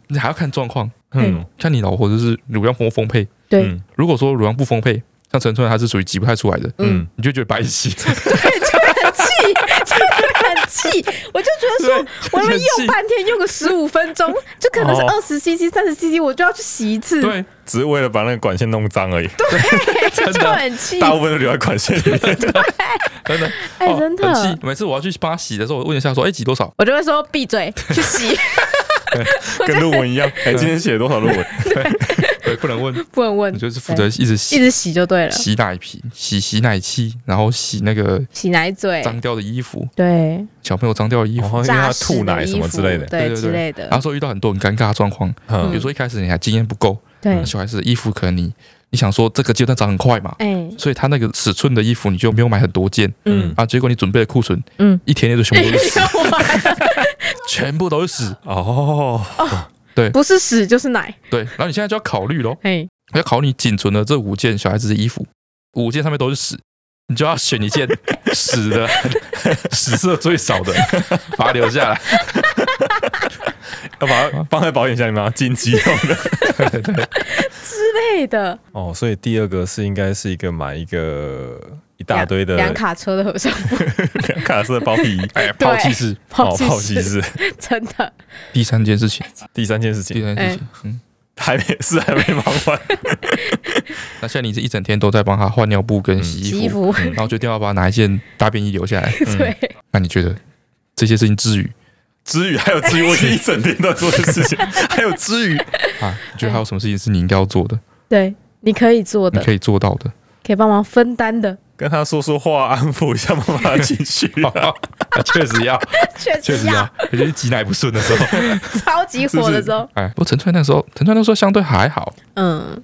你还要看状况，
嗯，
看你老婆就是乳量丰不丰沛。
对，
嗯
如果说乳量不丰沛，像陈春兰她是属于挤不太出来的，
嗯，
你就觉得 白洗，
很气，就很气，我就觉 得说，我们用半天，用个十五分钟，就可能是
哦啊
二十 CC、三十 CC，我就要去洗一次，
对，
只是为了把那个管线弄脏而已，
这就很气，
大部分都留在管线里面。
真的，
哎
哦
真的
很气。每次我要去帮她洗的时候，我问一下说，哎，挤多少？
我就会说闭嘴 去洗，
跟论文一 样。哎、今天写了多少论文？
对，不能问，
不能问
你，就是负责一直
一
洗
直洗就
啊
对了，
洗奶瓶、洗洗奶器，然后洗那个
洗奶嘴，
脏掉的衣服，
对，
小朋友脏掉的衣
然
服。
后哦因为
扎
他
实
吐奶
的
什
衣
么
服，
之类的，啊
对
对
对
之
对
类
然后
的，
说遇到很多很尴尬的状况，比
嗯
如说一开始你还经验不够，
对
那，小孩子的衣服可能你你想说这个阶段长很快嘛，
哎，
所以他那个尺寸的衣服你就没有买很多件
嗯，
啊，结果你准备的库存，
嗯，
一天内就全部都 是屎，
用完
全部都是屎，
哦，
不是屎就是奶，哎
对，然后你现在就要考虑咯，
嗯
嘿，
要考虑你仅存的这五件小孩子的衣服，五件上面都是屎，你就要选一件屎的，屎色最少的，把它留下来。
要把它放在保险箱里面，紧急用的。
对对，
对的，
哦，所以第二个是应该是一个买一个一大堆的
两两卡车的和尚，
两卡式的包 皮衣，
哎，
对
抛弃式。
哦，
弃
泡气
式
是
真的
第三件事情，
第三件事
第
情，
三件事情，嗯，
还没是还没忙完，
那现在你是一整天都在帮他换尿布跟洗
洗
衣
衣
服，嗯
服，嗯
然后决定要把哪一件大便衣留下来。嗯
对，
那你觉得这些事情之余
之余还有之余，我已经一整天都在做的事情， 还有之余，
啊，你觉得还有什么事情是你应该要做的，
对，你可以做
你
的，
可以做 到的？
可以帮忙分担的，
跟他说说话，安抚一下妈妈的情 绪
哦
啊。
确 实要，
确啊
确实啊要，尤其是挤奶不顺的时候。
超级火的时候，
哎，不过陈川那时候，陈川那时候相对还好，
嗯。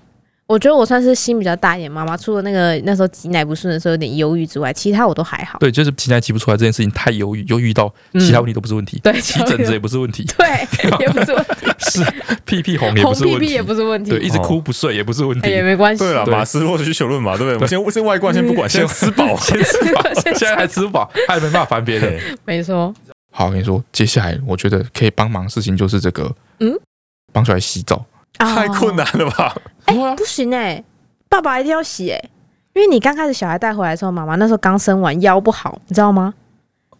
我觉得我算是心比较大一点，妈妈除了那个那时候挤奶不顺的时候有点忧郁之外，其他我都还好。
对，就是挤奶挤不出来这件事情太犹豫，犹豫到
嗯
其他问题都不是问题，
对
起疹子也不是问题，
对，也不是问题，
是屁屁红也不
红
是
屁
问
屁也
题，
不是问题，
对，一直哭不睡也不是问
哎
题
也。没关系。
对了，
对
马斯洛需求论嘛，对不对？我们先先外观先不 管，先吃饱。
先吃饱，
先
现在还吃不饱，他也没办法烦别人。
对
没错，
好，我跟你说，接下来我觉得可以帮忙的事情就是这个，
嗯，
帮小孩洗澡。
哦
太困难了吧？
哎、
对啊
不行哎、爸爸一定要洗哎、因为你刚开始小孩带回来的时候，妈妈那时候刚生完腰不好，你知道吗？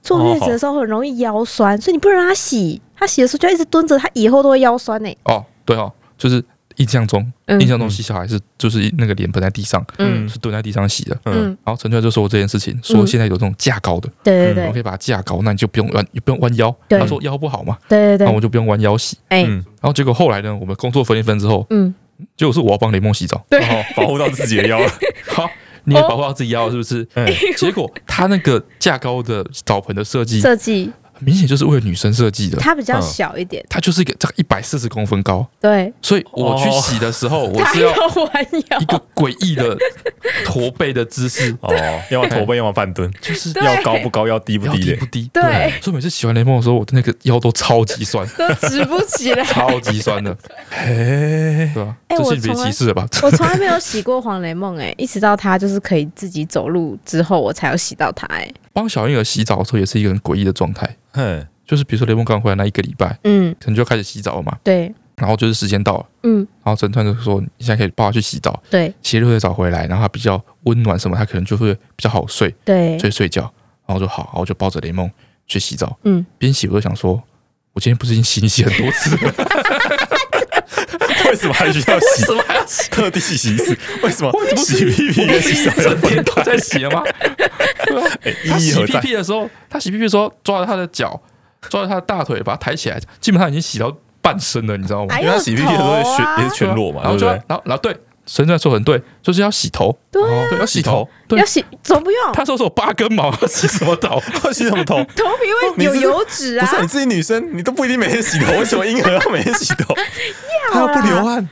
坐月子的时候很容易腰酸，所以你不能让他洗，他洗的时候就要一直蹲着，他以后都会腰酸哎、
哦，对哦，就是印象中，
嗯
印象中洗小孩是就是那个脸盆在地上，
嗯
是蹲在地上洗的。
嗯，
然后陈川就说这件事情，说现在有这种架高的，
对对
我
嗯对
可以把它架高，那你就不用弯，你不用弯腰。
对
他说腰不好嘛，
对对
那哦我
对，
就不用弯腰洗。
哎、
嗯
然后结果后来呢，我们工作分一分之后，
嗯，
结果是我要帮雷梦洗澡，
对
哦，保护到自己 的腰了。
好，你也保护到自己腰了是不是？
嗯
结果他那个架高的澡盆的设计，
哦设计
很明显就是为了女生设计的，
它比较小一点，
它就是一个大概一百四十公分高，
对，
所以我去
哦
洗的时候，嗯我
它
是
要
要
弯腰
一，个诡异的驼背的姿势，
哦，要么驼背，要么半蹲，
就是
对
要高不高，要低不
要
低
低
的
不。低。
对
所以每次洗完雷蒙的时候，我的那个腰都超级酸，。
都直不起来
超级酸的，
哎，
对吧？
哎
这
我
性别
从来
歧视了吧？
我从来没有洗过黄雷梦哎、一直到他就是可以自己走路之后，我才有洗到他哎、
帮小婴儿洗澡的时候也是一个很诡异的状态，
嗯，
就是比如说雷蒙刚回来那一个礼拜，
嗯，
可能就开始洗澡了嘛，
对，
然后就是时间到了。
嗯，
然后陈川就说：“你现在可以抱他去洗澡，
对
洗热水澡回来，然后他比较温暖什么，他可能就会比较好睡，
对
所以睡觉。”然后我就好，然后我就抱着雷蒙去洗澡。
嗯，
边洗我就想说，我今天不是已经洗你洗 很多次了，
为什么还需要 洗？
么还要洗？
特地洗一次？为什么
为什么
洗屁屁跟洗
一
手要
整天
分
都
开？
在洗 了吗？对啊
哎
他
意义
洗
何
屁
在？
屁的时候，他洗屁屁的时候抓着他的脚，抓着他的大腿，把他抬起来，基本上已经洗到半身了，你知道吗？
哎
因为他洗屁屁的时候也是全也是全裸嘛，
然
对
后
不
就要
对？
然后然后对，神在说得很对，就是要洗头，
对
哦对，要洗头，对
要，洗怎么不用？
他说是我八根毛，要洗什么头？
要洗什么头？
头皮会有油脂
不
啊，
是你自己女生，你都不一定每天洗头，为什么婴儿要每天洗 头？他要不流汗，
啊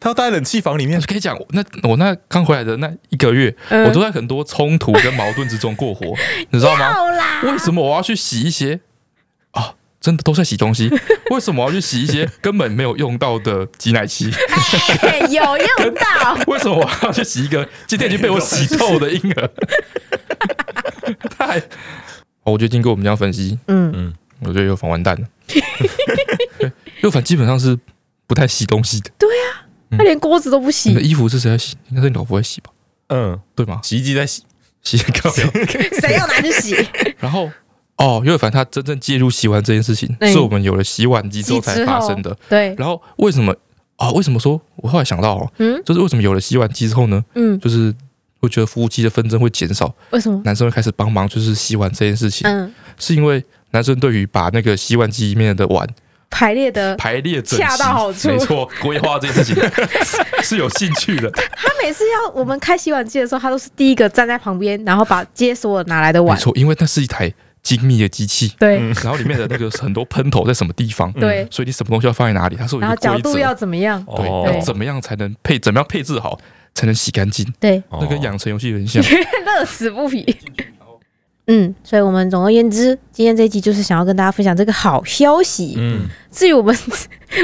他要待在冷气房里面
我。可以讲，我那我那刚回来的那一个月，
嗯
我都在很多冲突跟矛盾之中过活， 你知道吗？
要啦，
为什么我要去洗一些啊？真的都在洗东 西，为什么我要去洗一些根本没有用到的挤奶器？
哎有用到，
为什么我要去洗一个今天已经被我洗透的婴 儿？太……好，我觉得经过我们这样分析，
嗯，
我觉得又反完 蛋了。又反基本上是不太洗东西的，
他连锅子都不洗
你的，衣服是谁在洗？应该是你老婆在洗吧？
嗯，
对吗？
洗衣机在洗，
洗个 表。
谁要拿去洗？
然后哦，尤伟凡他真正介入洗碗这件事情，
嗯
是我们有了洗碗机之后才发生的。
对，
然后为什么啊、为什么说我后来想到哦，
嗯
就是为什么有了洗碗机之后呢？
嗯，
就是会觉得夫妻的纷争会减少，
为什么？
男生会开始帮忙，就是洗碗这件事情，
嗯，
是因为男生对于把那个洗碗机里面的碗
排列的，
排列整齐，
恰到好处
没错，规划这件事情 是有兴趣的，
他每次要我们开洗碗机的时候，他都是第一个站在旁边，然后把接所有拿来的
没
碗，
错，因为那是一台精密的机器，
对
然后里面的那个很多喷头在什么地方，
对，
所以你什么东西要放在哪里，它是有一
然
个
后角
规则
度要怎么样？
对，
哦
要怎么样才能配，怎么样配置好才能洗干净？
对，。
哦
那跟养成游戏有点像
乐此不疲。嗯，所以我们总而言之，今天这一集就是想要跟大家分享这个好消息。
嗯，
至于我们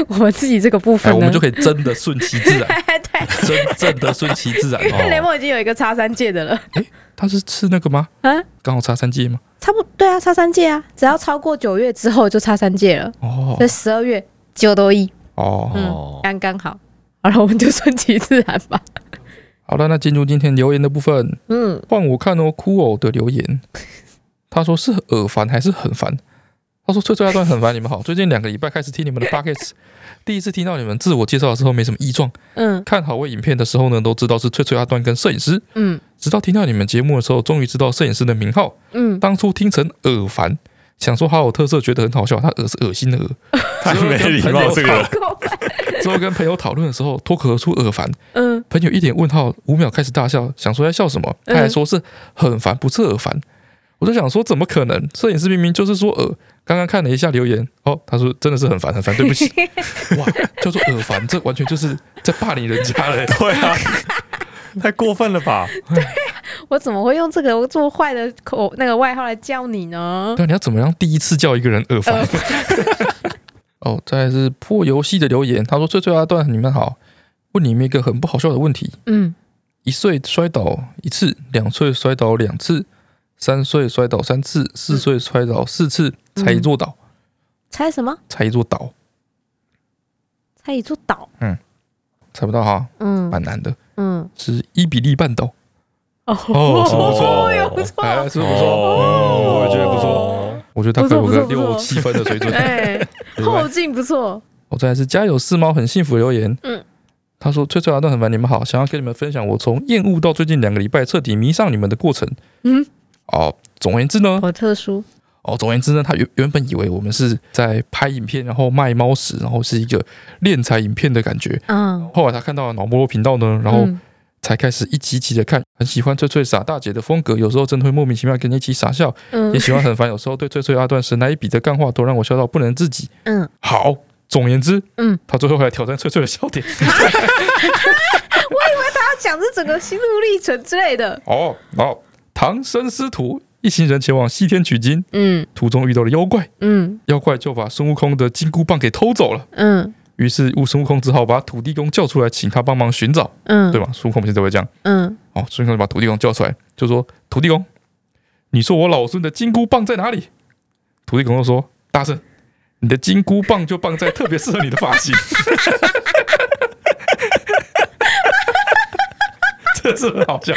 我们自己这个部分
哎，
呢，
我们就可以真的顺其自然，
对
真正的顺其自然
因为雷
哦。
蒙已经有一个叉三界的了，
他是吃那个吗？
啊，
刚好差三季吗？
差不对啊，叉三界啊，只要超过九月之后就叉三界了，
哦
所以十二月九多一，
哦，
哦，
刚刚好。 好了，我们就顺其自然吧。
好了，那进入今天留言的部分，
嗯，
换我看哦，酷偶的留言，他说是耳烦还是很烦？他说：“翠翠阿段很烦你们好，最近两个礼拜开始听你们的 b u c k e t s 第一次听到你们自我介绍的时候没什么异状，
嗯
看好位影片的时候呢，都知道是翠翠阿段跟摄影师，
嗯
直到听到你们节目的时候，终于知道摄影师的名号，
嗯，
当初听成耳烦，想说好有特色，觉得很好笑。他耳是恶心的耳。
太没礼貌这个 人，
之后跟朋友讨论的时候，脱口而出耳烦，
嗯
朋友一脸问号，五秒开始大笑，想说在笑什么，他还说是很烦，不是耳烦。我就想说，怎么可能？摄影师明明就是说耳。刚刚看了一下留言，哦，他说真的是很烦，很烦，对不起。哇，叫做耳烦，这完全就是在霸凌人家嘞。
对啊，太过分了吧？
我怎么会用这个做坏的口那个外号来叫你呢？
对啊，你要怎么样第一次叫一个人耳
耳
烦？ 哦，再来是破游戏的留言，他说：“最最阿段，你们好，问你们一个很不好笑的问题：
嗯，
一岁摔倒一次，两岁摔倒两次，三岁摔倒三次，四岁摔倒四次，才一座岛，
猜什么？
才一座岛，
猜一座岛。
猜不到哈，
嗯
蛮难的，
嗯，
是伊比利半岛。
哦，
哦是
不错
有不错，
哎，是不哦
不
错，
错，哦我也觉得不错
哦。
我觉得大概有个
不错不错
六
不错
七分的 水准。
哎，
对不对
后劲不错。
我再来是家有四猫很幸福留言，
嗯，
他说翠翠阿段很烦你们好，想要跟你们分享我从厌恶到最近两个礼拜彻底迷上你们的过程。
嗯，
哦，总而言之呢，
好特殊。
哦，总而言之呢，他原原本以为我们是在拍影片，然后卖猫食，然后是一个敛财影片的感觉。
嗯，
后来他看到了脑波罗频道呢，然后
嗯
才开始一集一集的看，很喜欢翠翠傻大姐的风格，有时候真的会莫名其妙跟你一起傻笑，也
嗯
喜欢很烦，有时候对翠翠阿段神来一笔的干话都让我笑到不能自己。
嗯，
好，总而言之，
嗯，
他最后还来挑战翠翠的笑点。
他讲这整个心路历程之类的。
哦哦，唐僧师徒一行人前往西天取经，
嗯
途中遇到了妖怪，
嗯
妖怪就把孙悟空的金箍棒给偷走了。
嗯
于是，悟孙悟空只好把土地公叫出来，请他帮忙寻找，
嗯，
对吧？孙悟空每次都会这样。
嗯
哦，孙悟空就把土地公叫出来，就说：“土地公，你说我老孙的金箍棒在哪里？”土地公就说：“大圣，你的金箍棒就棒在特别适合你的发型。”这是很好笑，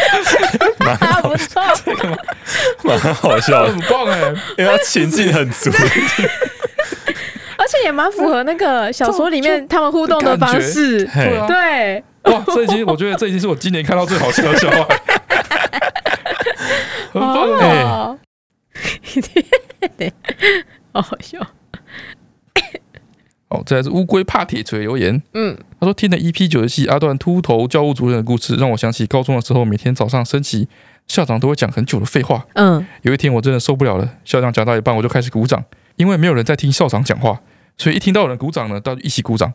啊，不错，
蛮好笑的，
很棒哎、
因为他情境很 足，
而且也蛮符合那个小说里面他们互动的方式。
对啊，
对，
哇，这已经我觉得这已经是我今年看到最好笑的笑话，很棒哎、
哦， 好好笑。
哦，再来是乌龟怕铁锤留言，
嗯，
他说听了 EP 九十七阿段秃头教务主任的故事，让我想起高中的时候，每天早上升旗，校长都会讲很久的废话。
嗯
有一天我真的受不了了，校长讲到一半我就开始鼓掌，因为没有人在听校长讲话。所以一听到有人鼓掌呢，大家就一起鼓掌。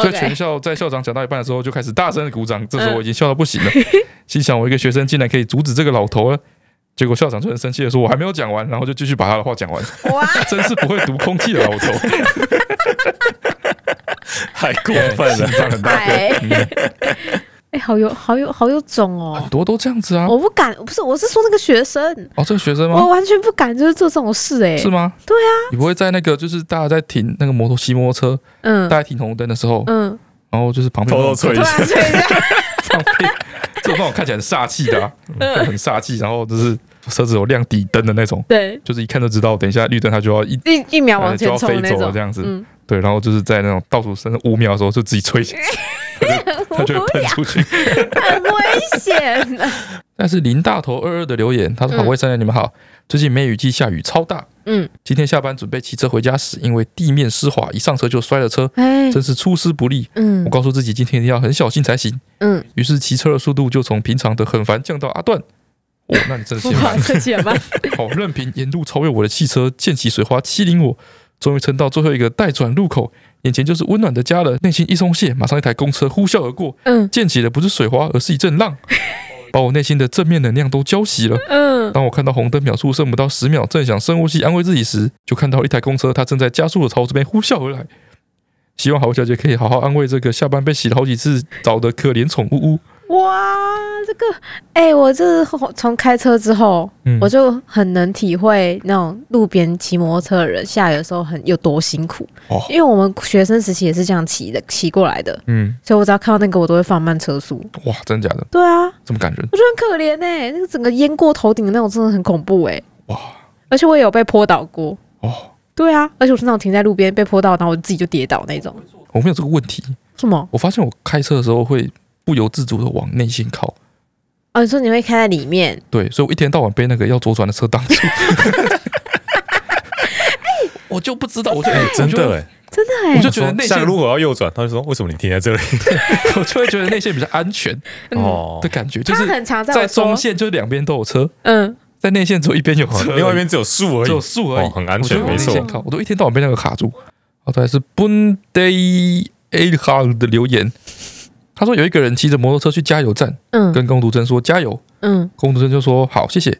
所以全
OK，
校在校长讲到一半的时候，就开始大声的鼓掌。这时候我已经笑到不行了，心想我一个学生竟然可以阻止这个老头了。结果校长就很生气的说：“我还没有讲完。”然后就继续把他的话讲完。
哇，
真是不会读空气的老头，
太过分
心
了。
脏很大颗。
哎
嗯
哎，好有好有好有种哦
很！多都这样子啊。
我不敢，不是，我是说那个学生，
哦，这个学生吗
我？完全不敢，就是做这种事哎。
是吗？
对
啊。你不会在那个就是大家在停那个摩托骑摩托车，
嗯
大家停红灯的时候，
嗯，
然后就是旁边
偷偷吹
突
一下
然，这样，
旁 边就那种看起来很煞气的、啊，
嗯
很煞气，然后就是车子有亮底灯的那种，
对，
就是一看就知道，等一下绿灯它就要一呃
一一秒往
就
前
要
冲
飞
那
走了
种
这。样子。
嗯，
对，然后就是在那种倒数剩五秒的时候就自 己吹，它就会喷出去。
很危 险啊。
但是林大头二二的留言，他说：“
嗯
好，魏三人，你们好，最近梅雨季下雨超大，
嗯，
今天下班准备骑车回家时，因为地面湿滑，一上车就摔了车，
哎
真是出师不利。我
嗯
告诉自己今天一定要很小心才行，
嗯，
于是骑车的速度就从平常的很烦降到阿段。哦，那你 真的幸
哇，
运，
这怎么办？
好，任凭沿路超越我的汽车，溅起水花欺凌我，终于撑到最后一个待转路口，眼前就是温暖的家人，内心一松懈，马上一台公车呼啸而过，
嗯
溅起的不是水花，而是一 阵浪，把我内心的正面能量都浇熄了。
嗯，
当我看到红灯秒数剩不到十秒，正想深呼吸安慰自己时，就看到一台公车，它正在加速的朝我这边呼啸而来。希望好小姐可以好好安慰这个下班被洗了好几次澡的可怜宠物屋。
哇，这个哎、我这后从开车之后，
嗯，
我就很能体会那种路边骑摩托车的人下雨的时候很有多辛苦。
哦
因为我们学生时期也是这样骑的，骑过来的，
嗯，
所以我只要看到那个，我都会放慢车速。
哇，真的假的？
对啊，
这么感人
我觉得很可怜呢、那个整个淹过头顶的那种真的很恐怖哎、
哇
而且我也有被泼倒过。
哦！
对啊，而且我是那种停在路边被泼到，然后我自己就跌倒那种。
我没有这个问题，
什么？
我发现我开车的时候会不由自主的往内心靠，
哦，你说你会开在里面？
对，所以我一天到晚被那个要左转的车挡住。哎我就不知道，我就、
哎
我就
真的哎，
真的哎、
我啊就觉得内
下
线
个， 路口要右转，他就说为什么你停在这里？
我就会觉得内线比较安全
嗯
哦
的，感觉，就
他
是
很常在
在
我说
中，线就是两边都有车，
嗯，
在内线只有一边有车，
哦另外一边只有树而
只有
已。
树而已，
哦很安全
我就往
没
内
错
线靠，我都一天到晚被那个卡住。好，再来是 Bunday A 哈的留言，他说有一个人骑着摩托车去加油站，
嗯
跟工读生说加油，
嗯，
工读生就说好，谢谢。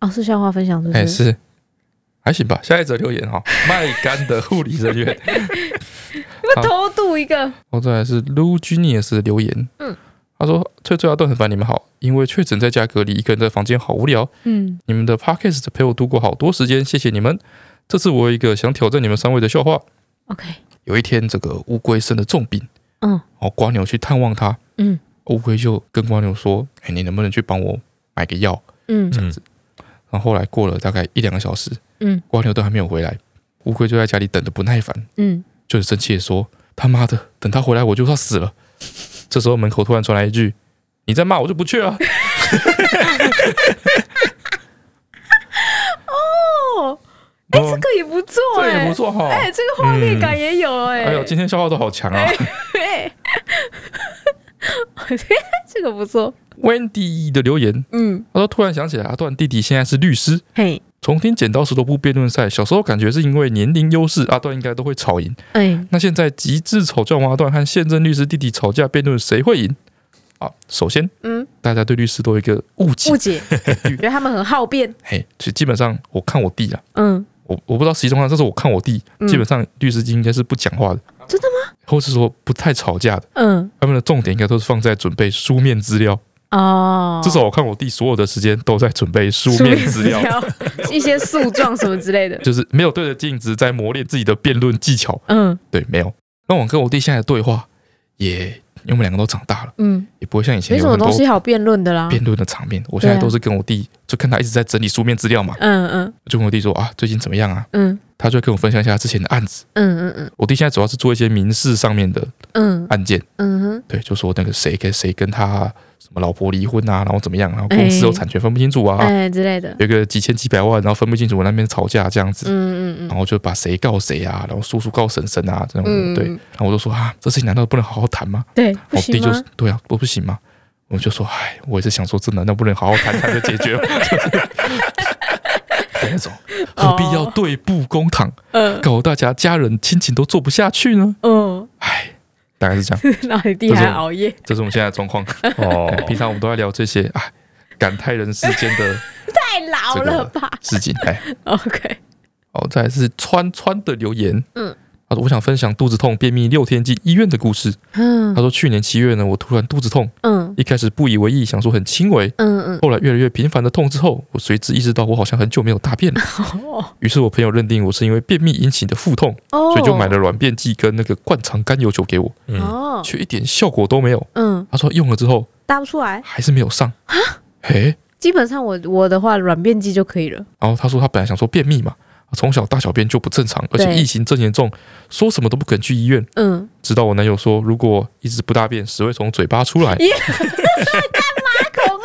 哦，是笑话分享是不是？
哎、是，还行吧。下一则留言哈、 卖干的护理人员，
我偷渡一个，
哦，再来是 Lu Genius 的留言，
嗯，
他说：“翠翠阿段很烦你们好，因为确诊在家隔离，一个人在房间好无聊。
嗯，
你们的 Podcast 陪我度过好多时间，谢谢你们。这次我有一个想挑战你们三位的笑话。
OK，
有一天，这个乌龟生了重病，
嗯，
哦，瓜牛去探望它，
嗯，
乌龟就跟瓜牛说：‘哎、你能不能去帮我买个药？’
嗯
嗯，
然后后来过了大概一两个小时，
嗯，
瓜牛都还没有回来，乌龟就在家里等的不耐烦，
嗯，
就很生气的说：“他妈的，等他回来我就要死了。” 这时候门口突然传来一句：“你再骂我就不去了。
哦，哎、
哦
这个也不错、
这
哎，
也不，错哈。
哎、这个画面感也有、哎、
哎呦，今天笑话都好强啊
哎， 这个不错，
！Wendy 的留言，
嗯，
他说突然想起来，阿段弟弟现在是律师。
嘿，
从听剪刀石头布辩论赛，小时候感觉是因为年龄优势，阿段应该都会吵赢。
哎、
那现在极致丑教王阿段和宪政律师弟弟吵架辩论，谁会赢？啊，首先
嗯，
大家对律师都有一个误解
误，解，觉得他们很好辩，
嘿，其实基本上我看我弟啊，
嗯，
我我不知道实际状况，但是我看我弟
嗯
基本上律师应该是不讲话的，
真的
吗？或是说不太吵架的，
嗯，
他们的重点应该都是放在准备书面资料。
哦，
至少我看我弟所有的时间都在准备书
书
面
面
资料，
一些诉状什么之类的，
就是没有对着镜子在磨练自己的辩论技巧。
嗯
对，没有。那我跟我弟现在的对话也，因为我们两个都长大了，
嗯，
也不会像以前
没什
有
么
很
东
多
西啊好辩论的啦，
辩论的场面。我现在
对啊
都是跟我弟，就看他一直在整理书面资料嘛，
嗯嗯
就跟我弟说啊，最近怎么样啊？
嗯
他就会跟我分享一下之前的案子。
嗯嗯
我弟现在主要是做一些民事上面的
嗯
案件，
嗯哼，
对，就说那个谁跟谁跟他什么老婆离婚啊，然后怎么样，然后公司有产权分不清楚啊，
哎之类的，
有个几千几百万，然后分不清楚，我那边吵架这样子，
嗯嗯嗯，
然后就把谁告谁啊，然后叔叔告婶婶啊这种的，
嗯
对，然后我就说啊，这事情难道不能好好谈吗？
对，不
我弟
行
就
吗？
对啊，我不行吗？我就说，哎，我也是想说，这难道不能好好谈谈就解决 吗？那种何必要对簿公堂，
嗯
搞得大家家人亲情都做不下去呢？
嗯，
哎，大概是这样，
然后你弟还熬夜，
这是我们现在的状况。
哦
哎 平常我们都在聊这些啊，感叹人世间的
太老了吧
事 情。哎，
？OK，
好，再来是川川的留言，
嗯，
他说我想分享肚子痛、便秘六天进医院的故事。
嗯
他说去年七月呢，我突然肚子痛，
嗯
一开始不以为意，想说很轻微，
嗯
后来越来越频繁的痛之后，我随之意识到我好像很久没有大便了。
嗯，哦，
于是我朋友认定我是因为便秘引起的腹痛，所
所
以就买了软便剂跟那个灌肠甘油球给我，
嗯，
哦，
却一点效果都没有。
嗯，
他说用了之后
搭不出来。
还是没有上啊，嘿。
基本上我我的话，软便剂就可以了。
然后他说他本来想说便秘嘛，从小大小便就不正常，而且
对
疫情正严重，说什么都不肯去医院。
嗯，
直到我男友说，如果一直不大便，屎会从嘴巴出 来，
耶恐吓嗯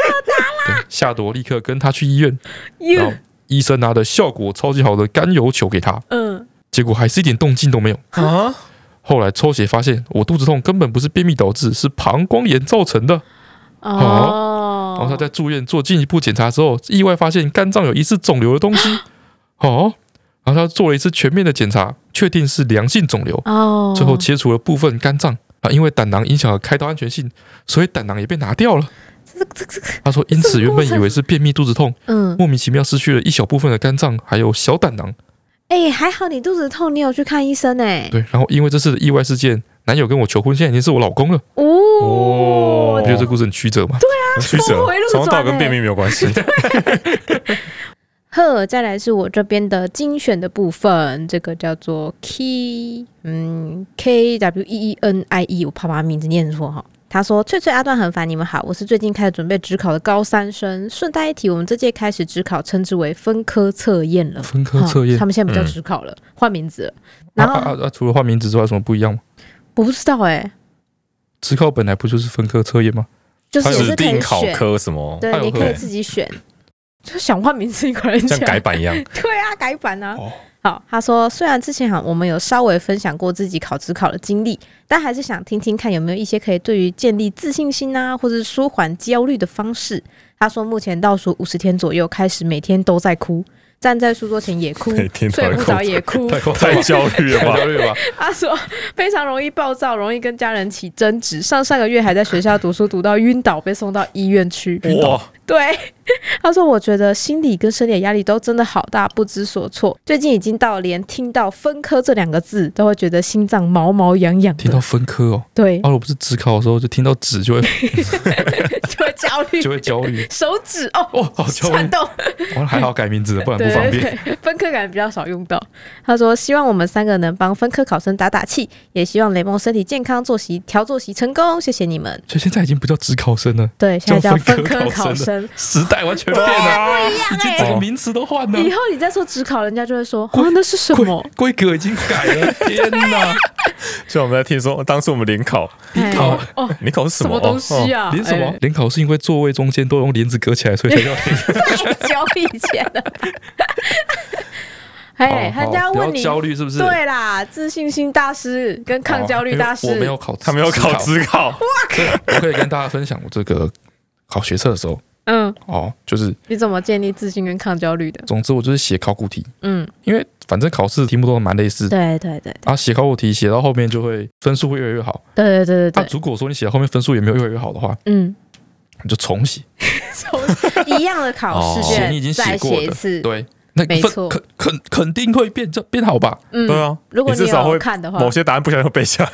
对吓得我立刻跟他去医院，然后
，you，
医生拿的效果超级好的甘油球给他，
嗯，
结果还是一点动静都没有。
啊，
后来抽血发现，我肚子痛根本不是便秘导致，是膀胱炎造成的。
哦，
然后他在住院做进一步检查之后，意外发现肝脏有疑似肿瘤的东 西。哦，然后他做了一次全面的检查，确定是良性肿瘤，
哦，
最后切除了部分肝脏。啊，因为胆囊影响了开刀安全性，所以胆囊也被拿掉了。
这这这这，
他说，因此原本以为是便秘肚子痛，
嗯，
莫名其妙失去了一小部分的肝脏，还有小胆囊。
哎、还好你肚子痛，你有去看医生哎、
对，然后因为这次的意外事件，男友跟我求婚，现在已经是我老公了。
哦
我觉得这故事很曲折嘛。对，
曲
峰
折
回路，
从头到
转
尾跟
欸
便秘没有关系。
呵，再来是我这边的精选的部分，这个叫做 K，嗯，K W E E N I E，我怕把名字念错哈。他说：“翠翠阿段很烦，你们好，我是最近开始准备职考的高三生。顺带一提，我们这届开始职考称之为分科测验了，
分科测验
他。们现在不叫
嗯
职考了，换、名字了。
啊
然后、
啊啊啊！除了换名字之外，有什么不一样吗？
我不知道哎、
职考本来不就是分科测验吗？
就是也
指
是可
定
以
考
选，
科什么，
对
还，有
你
合
可以
理
自己选。就想换名字，你可能
像改版一样。
对啊，改版啊。
哦
好，他说虽然之前哈我们有稍微分享过自己考职考的经历，但还是想听听看有没有一些可以对于建立自信心啊，或者是舒缓焦虑的方式。他说目前倒数五十天左右，开始每天都在哭，站在书桌前也哭，
每天都在
睡
哭
不着也 哭。
太太焦虑了
太焦
吧？
虑了吧？
他说非常容易暴躁，容易跟家人起争执。上上个月还在学校读书读到晕倒，被送到医院 去。
哦
哇，
对， 他说我觉得心理跟生理的压力都真的好大，不知所措。最近已经到连听到分科这两个字都会觉得心脏毛毛痒痒
听
的
到，分科哦，
对，
啊，我不是职考的时候就听到纸就会
就会焦虑
就，会焦虑。
手指哦。
哦，好焦
颤
虑！
动，
我还好改名字了，不然
对
不方
对
便。
对，分科感比较少用到。他说：“希望我们三个能帮分科考生打打气，也希望雷蒙身体健康，作息调作息成功，谢谢你们。
所以现在已经不叫职考生了，”
对，现在叫
叫分
分
科
科
考
考
生
生。
时代完全变了，
哎
已经整个名词都换了
以，后你再说只考，人家就会说：“哦，那是什么
规规格已经改 了。天哪，
就我们在听说，当时我们联考，？”
哎
考
哦，
联考是什
什
么？
么东西
哦？
啊？
连什么
哎？
联考是因为座位中间都用帘子隔起来，所以 才叫联考。
太久以前了。 哎，
好
人家
好
问
不要
你，
焦虑是不是？
对啦，自信心大师跟抗焦虑大师，
因为我没有考，
他没有考职考，
所以 我可以跟大家分享我这个考学测的时候，
嗯，
哦，就是
你怎么建立自信跟抗焦虑的？
总之我就是写考古题，
嗯，
因为反正考试题目都蛮类似，
对对对
啊，写考古题写到后面就会分数会越来越好。
对对对对
那
对，
如果说你写到后面分数也没有越来越好的话，
嗯，
你就重写。
从 一样的考试
哦你
卷
已经写
再
过的
写一次，
对，那
没错
分肯肯肯定会变这变好吧？
嗯啊
对，啊，
如果
你至少
有
会
看的话
某，些答案不小心会背下来。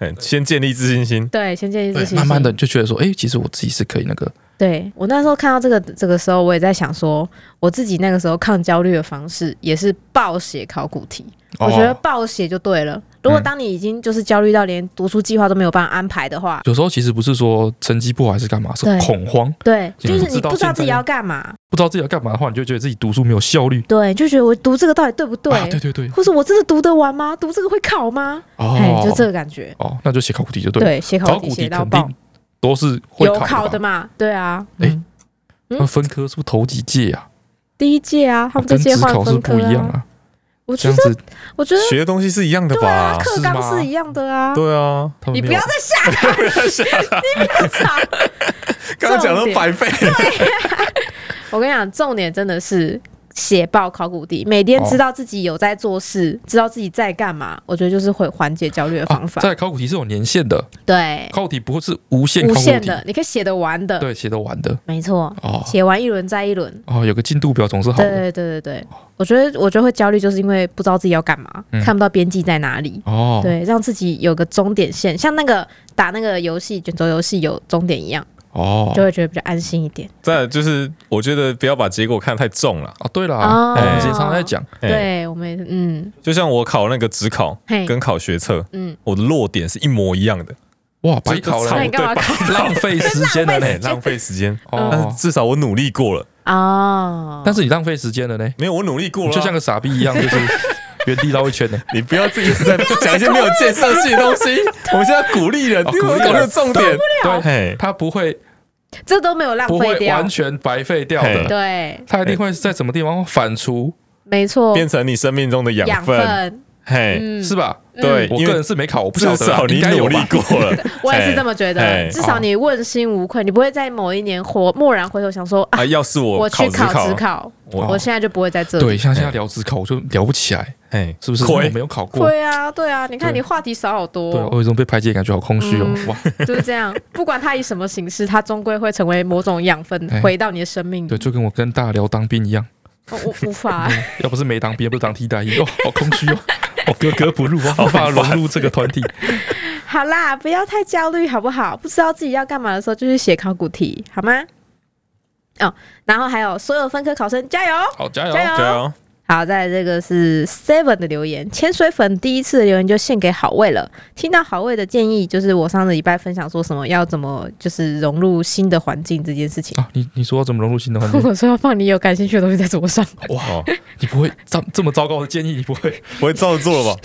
嗯先建立自信心，
对，先建立自
对，
信心，
慢慢的你就觉得说，哎，其实我自己是可以那个，
对我那时候看到这个这个时候，我也在想说，我自己那个时候抗焦虑的方式也是暴写考古题，我觉得
哦嗯
暴写就对了。如果当你已经就是焦虑到连读书计划都没有办法安排的话，
有时候其实不是说成绩不好还是干嘛，是
对
恐慌，
对，
你
就是
不
你
知道
不知道
现在
自己要干嘛，
不知道自己要干嘛的话，你就觉得自己读书没有效率。
对，就觉得我读这个到底对不对，
啊对对对，
或者我真的读得完吗？读这个会考吗？哎、
哦，
就这个感觉。
哦，那就写考古题就对了。
对，写
考
考
古
题写
题
到
肯
爆
定，都是会
有
考
考
的
的
吧。
嘛？对啊，
哎
嗯，
那分科是不是头几届啊？
第一届啊，他们这
跟
届
职
换
考是
分
不
科
一样
啊。
啊。
我觉
这样
得，
子
我觉得
学的东西是一样的吧？
课
是
纲
吗
是一样的啊。
对啊，
他们
你
没
不
有
要再下场。
刚刚讲的百倍，
我跟你讲，重点真的是写爆考古题，每天
哦
知道自己有在做事，知道自己在干嘛，我觉得就是会缓解焦虑的方
啊，
法。
在考古题是有年限的，
对，
考古题不会是无限
无
考古
限
题，
的，你可以写得完的，
对，写得完的
没错，
哦
写完一轮再一轮。
哦，有个进度表总是好
对
的
对对对对，我觉得我觉得会焦虑，就是因为不知道自己要干嘛，
嗯
看不到边际在哪里。
哦。
对，让自己有个终点线，像那个打那个游戏卷轴游戏有终点一样，
哦
就会觉得比较安心一点。
再来就是我觉得不要把结果看得太重了。
啊，对啦，
哦
我们之前常常在讲，
哎，
对，哎我们也是，嗯，
就像我考那个职考
嘿
跟考学测，
哦
嗯，
我的落点是一模一样的，
哇，白考
那
了
你，干嘛
对
考
浪费时间了
哎，
嘞。
浪费时间。但
哦
是，至少我努力过了，
哦，
但是你浪费时间了呢，
没有我努力过
你
了，啊
就像个傻逼一样，就是 原地绕一圈呢。
你不要自己一直在讲一些没有建设性的东西。我们现在鼓励人，
哦
因为
鼓
我
励
讲的
人
重点，
啊
对
嘿，
他不会
这都没有浪
不
费
会
掉
完，全白费掉
嘿
的，
对，
他一定会在什么地方反刍，
没错，
变成你生命中的养
哦养
分，
分，
嘿，
嗯，
是吧？
对，
我
因
个人
为
是没考，我不晓
至
得啦，
少你
应该有
努力
吧？
过了。
我也是
哎
这么觉
哎
得，至
哦
少你问心无愧，你不会在某一年活蓦然回头想说啊，
啊，要是我
我
考
去
职
考职
考，
考，
我
我现在就不会在这
哦对，
里。
像现在聊职考，我就聊不起来，
哎，
是不是？因
亏
为我没有考过，
对啊，对啊，你看
对
你话题少好
对，我
多，
有一种被排挤的感觉，好空虚哦，
嗯
哇！
就是这样。不管它以什么形式，它终归会成为某种养分
哎，
回到你的生命
对，嗯
里。
就跟我跟大家聊当兵一样，，
哦我无法
要不是没当兵，不是当替代役，哦，好空虚哦，我格格不入，我好怕融入这个团体。
好啦，不要太焦虑好不好？不知道自己要干嘛的时候，就去写考古题好吗？哦，然后还有所有分科考生加油！
好，加油！
加油
对啊，
好，在这个是 Seven 的留言，潜水粉第一次的留言就献给好味了。听到好味的建议，就是我上个礼拜分享说什么要怎么就是融入新的环境这件事 情。
啊，你你说要怎么融入新的环
如
境？
果说要放你有感兴趣的东西在桌上，
哇，
你不会这这么糟糕的建议，你不会？
我也照着做了吧？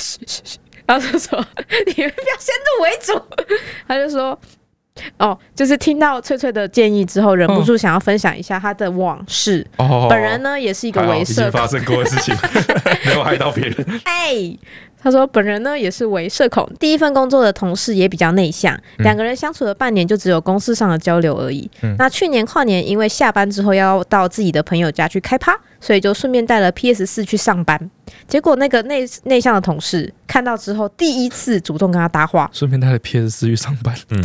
然后就说你们不要先入为主，他就说哦，就是听到翠翠的建议之后，忍不住想要分享一下她的往事。
哦，
本人呢也是一
一
个为
已
社
经发生过的事情， 没有害到别人。
哎、他说本人呢也是为社恐，第一份工作的同事也比较内向，
嗯
两、个人相处了半年就只有公事上的交流而已。
嗯
那去年跨年因为下班之后要到自己的朋友家去开趴，所以就顺便带了 PS 四去上班。结果那个内内向的同事看到之后，第一次主动跟他搭话，
顺便带着 PS 四去上班，
嗯，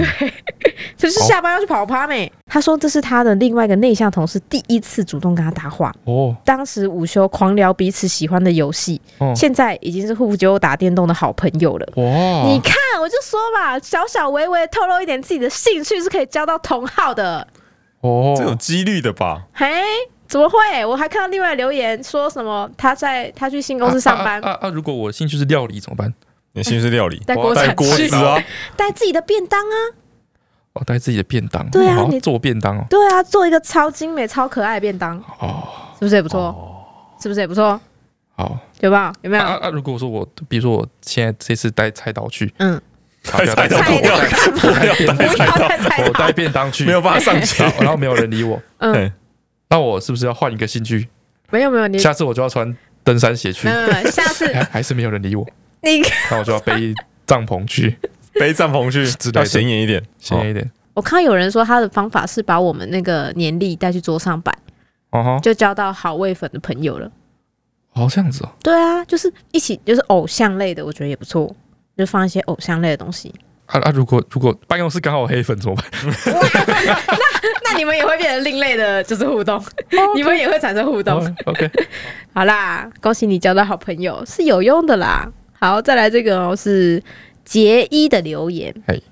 就是下班要去跑趴没？他说这是他的另外一个内向同事第一次主动跟他搭话。
哦
当时午休狂聊彼此喜欢的游戏，
哦，
现在已经是互揪打电动的好朋友了。
哇，
你看，我就说嘛，小小微微透露一点自己的兴趣是可以交到同好的。
这有
哦，
几率的吧？
嘿，怎么会？我还看到另外留言说什么，他在他去新公司上班，
啊啊啊啊！如果我的兴趣是料理怎么办？
你新式料理，
带
我
锅
要带
铲
锅
去
子，啊，
带自己的便当啊，
我带自己的便当，
对啊
我要
你
做便当哦。
对啊，做一个超精美、超可爱的便当，
哦，
是不是也不错？是不是也不错？
好，
有吧？有没
啊
有？
啊啊！如果说我，比如说我现在这次带菜刀去，
嗯，
啊
带菜刀
菜
不
刀
要
干嘛？
带 便
不
当
要再菜
我带
刀，
便当去，
没有办法上 去
然，后然后没有人理我，
嗯，
哎
那我是不是要换一个兴趣？
没有没有，你
下次我就要穿登山鞋去
没，有没有，下 次
还还是没有人理我，
你
那我就要背帐篷 去，
背帐篷去
之类，的
要显眼一点，
显眼一点。
我看到有人说他的方法是把我们那个年历带去桌上摆，
哦哈，
就交到好味粉的朋友了。
哦这样子哦，
对啊，就是一起就是偶像类的，我觉得也不错，就放一些偶像类的东西。
啊啊！如果如果办公室刚好有黑粉怎么办？
那你们也会变成另类的，就是互动， 你们也会产生互动。
哦 OK，
哦好啦，恭喜你交到好朋友，是有用的啦。好，再来这个哦，是杰一的留言
嘿，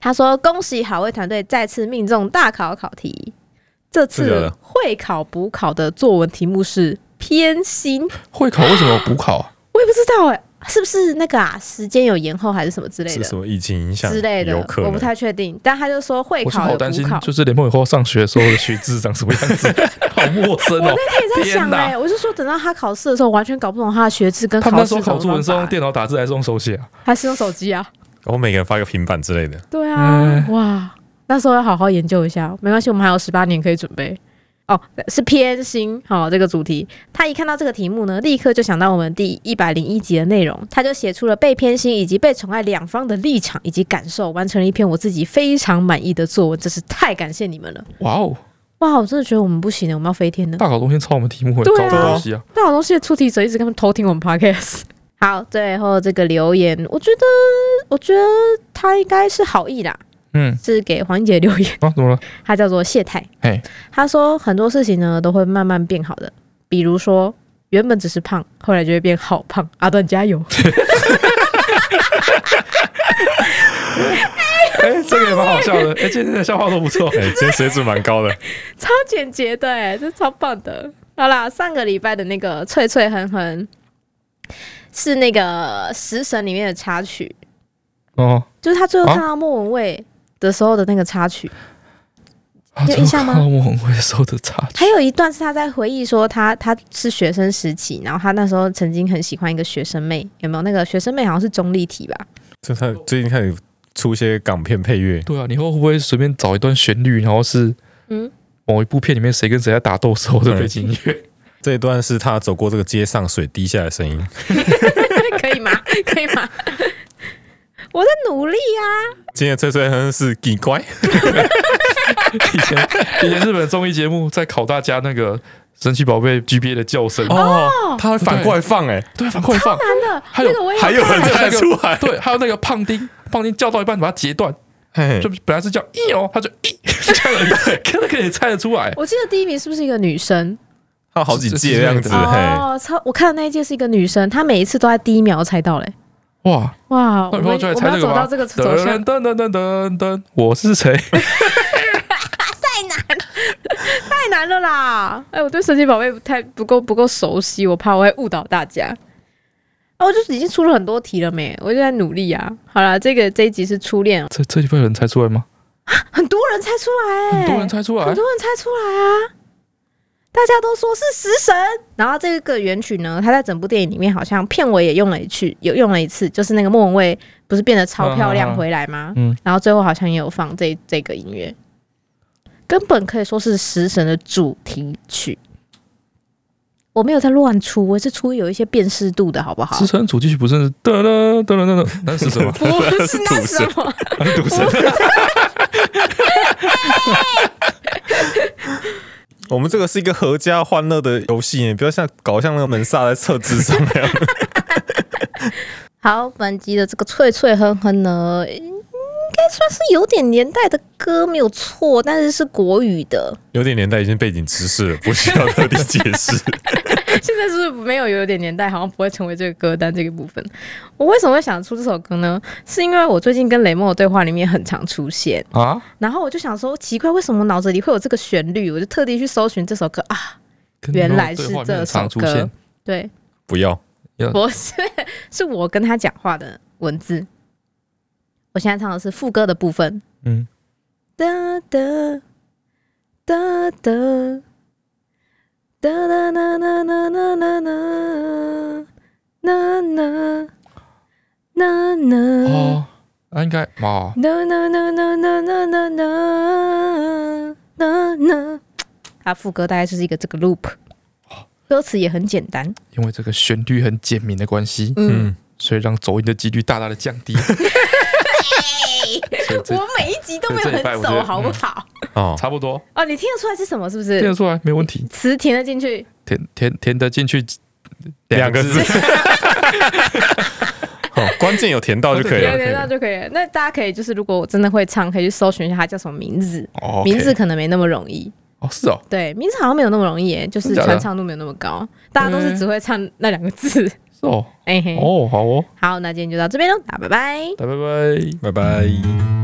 他说恭喜好味团队再次命中大考考题，这
真的假
次
的
会考补考的作文题目是偏心，
会考为什么有补考啊？
我也不知道哎、是不是那个啊时间有延后还是什么之类
是
的？
什么疫情影响
之类的
有，可
我不
能。
太确定。但他就说 会
我是
考
好
有
担
补
心
考，，
就是联盟以后上学的时候的学制长什么样子， 好陌生
我
哦。
那天也在想
天哪
哎、我就说等到他考试的时候，完全搞不懂他的学制跟
他们那时
试
候考
考
作文是用电脑打字还是用手写啊？
还是用手 机啊？
我每个人发一个平板之类的，
对啊
哎，
哇，那时候要好好研究一下。没关系，我们还有十八年可以准备。哦，是偏心，好、这个主题，他一看到这个题目呢，立刻就想到我们第一百零一集的内容，他就写出了被偏心以及被宠爱两方的立场以及感受，完成了一篇我自己非常满意的作文，真是太感谢你们了！
哇哦，
哇，我真的觉得我们不行了，欸我们要飞天了。
大考中心抄我们题目很
对
高
啊
的东西啊！
那种东西的出题者一直跟他们偷听我们 podcast。好，最后这个留言，我觉得，我觉得他应该是好意啦，
嗯
是给黄英姐留言，
啊，怎么了？
他叫做谢太
嘿，
他说很多事情呢都会慢慢变好的，比如说原本只是胖，后来就会变好胖。阿段加 油！
哎，这个也蛮好笑的， 哎，今天的笑话都不错。
哎，今天水准蛮高的，
超简洁的、欸，这超棒的。好啦，上个礼拜的那个脆脆哼哼是那个《食神》里面的插曲，
哦，
就是他最后
啊
看到莫文蔚的时候的那个插曲。
啊
有印象吗
这个我很会收的差距
还。有一段是他在回忆说他他是学生时期，然后他那时候曾经很喜欢一个学生妹，有没有？那个学生妹好像是钟丽缇吧？
就他最近开始出一些港片配乐，
对啊，你以后会不会随便找一段旋律，然后是
嗯，
某一部片里面谁跟谁在打斗时候的背景音乐？
这一段是他走过这个街上水滴下来的声音，
可 以吗？可以吗？我在努力啊！
今天的脆脆哼是给乖，
以前以前日本综艺节目在考大家那个神奇宝贝 GBA 的叫声，
哦，他会反过来放哎、
对，反馈放，
真的，
还有
那个我也
还有人
还有
站
那个
出来，
对，还有那个胖丁，胖丁叫到一半把它截断，
嘿
就本来是叫 一哦，他就一这样而已，可那个也猜得出来。
我记得第一名是不是一个女生？
他还有好几届的样子，
是
嘿，
哦，超！我看的那一届是一个女生，她每一次都在第一秒猜到嘞、欸
哇，
哇，我
那你
们
们
我
就来
们
猜
要
这个
走到
吧。
这个走向
噔噔，噔噔噔噔，我是谁？
太难了啦！哎、我对神奇宝贝不太不够不够熟悉，我怕我会误导大家。啊，我就是已经出了很多题了没，我就在努力啊。好啦，这个这一集是初恋，
这这地方有人猜出来吗？
很多人猜出来、哎
很多人猜出来
很，多人猜出来啊！大家都说是食神。然后这个原曲呢，它在整部电影里面好像片尾也用了一句，有用了一次，就是那个莫文蔚不是变得超漂亮回来吗？
嗯
然后最后好像也有放这这个音乐，根本可以说是食神的主题曲。我没有在乱出，我是出有一些辨识度的好不好？？
支撑主题曲不是 噔噔噔噔噔噔，那是什么
不是那什 么，
那是赌神。
我们这个是一个合家欢乐的游戏，欸你不要像搞像那个门萨在测智商 那样。
好，本集的这个脆脆哼哼呢，应该算是有点年代的歌，没有错，但是是国语的。
有点年代已经背景知识了，不需要特地解 释。
现在是不是没有有点年代，好像不会成为这个歌单这个部分。我为什么会想出这首歌呢？是因为我最近跟雷梦的对话里面很常出现，
啊！
然后我就想说，奇怪，为什么脑子里会有这个旋律？我就特地去搜寻这首歌啊，
跟
原来
你对
是
话里面
这
很常
首
出现
歌，。 对，
不要，
不是，是我跟他讲话的文字。我现在唱的是副歌的部分，
嗯，
哒哒哒哒哒哒哒哒哒哒哒哒哒哒哒哒
哦，那应该哦哇，
呐呐呐呐呐呐呐呐呐呐，它副歌大概就是一个这个 loop，歌词也很简单，
因为这个旋律很简明的关系，
嗯，
所以让走音的几率大大的降 低。所以这
我每一集都没有
所以这
很
一拜我觉
走，
得
好不好？
哦，
差不多
哦，你听得出来是什么？是不
听
是
得出来，没问题。
词填得进去？
填填填得进去
两个字， 哦，关键有填到就可以
有
了。
有那就可以了。那大家可以就是，如果我真的会唱，可以去搜寻一下它叫什么名字。
哦，
名字可能没那么容易，
哦是哦，
对，名字好像没有那么容易耶，就是
真假的
传唱度没有那么高，大家都是只会唱那两个字。
是哦，
哎嘿，
哦好哦，
好，那今天就到这边喽，大家拜拜。
拜拜拜。
拜拜。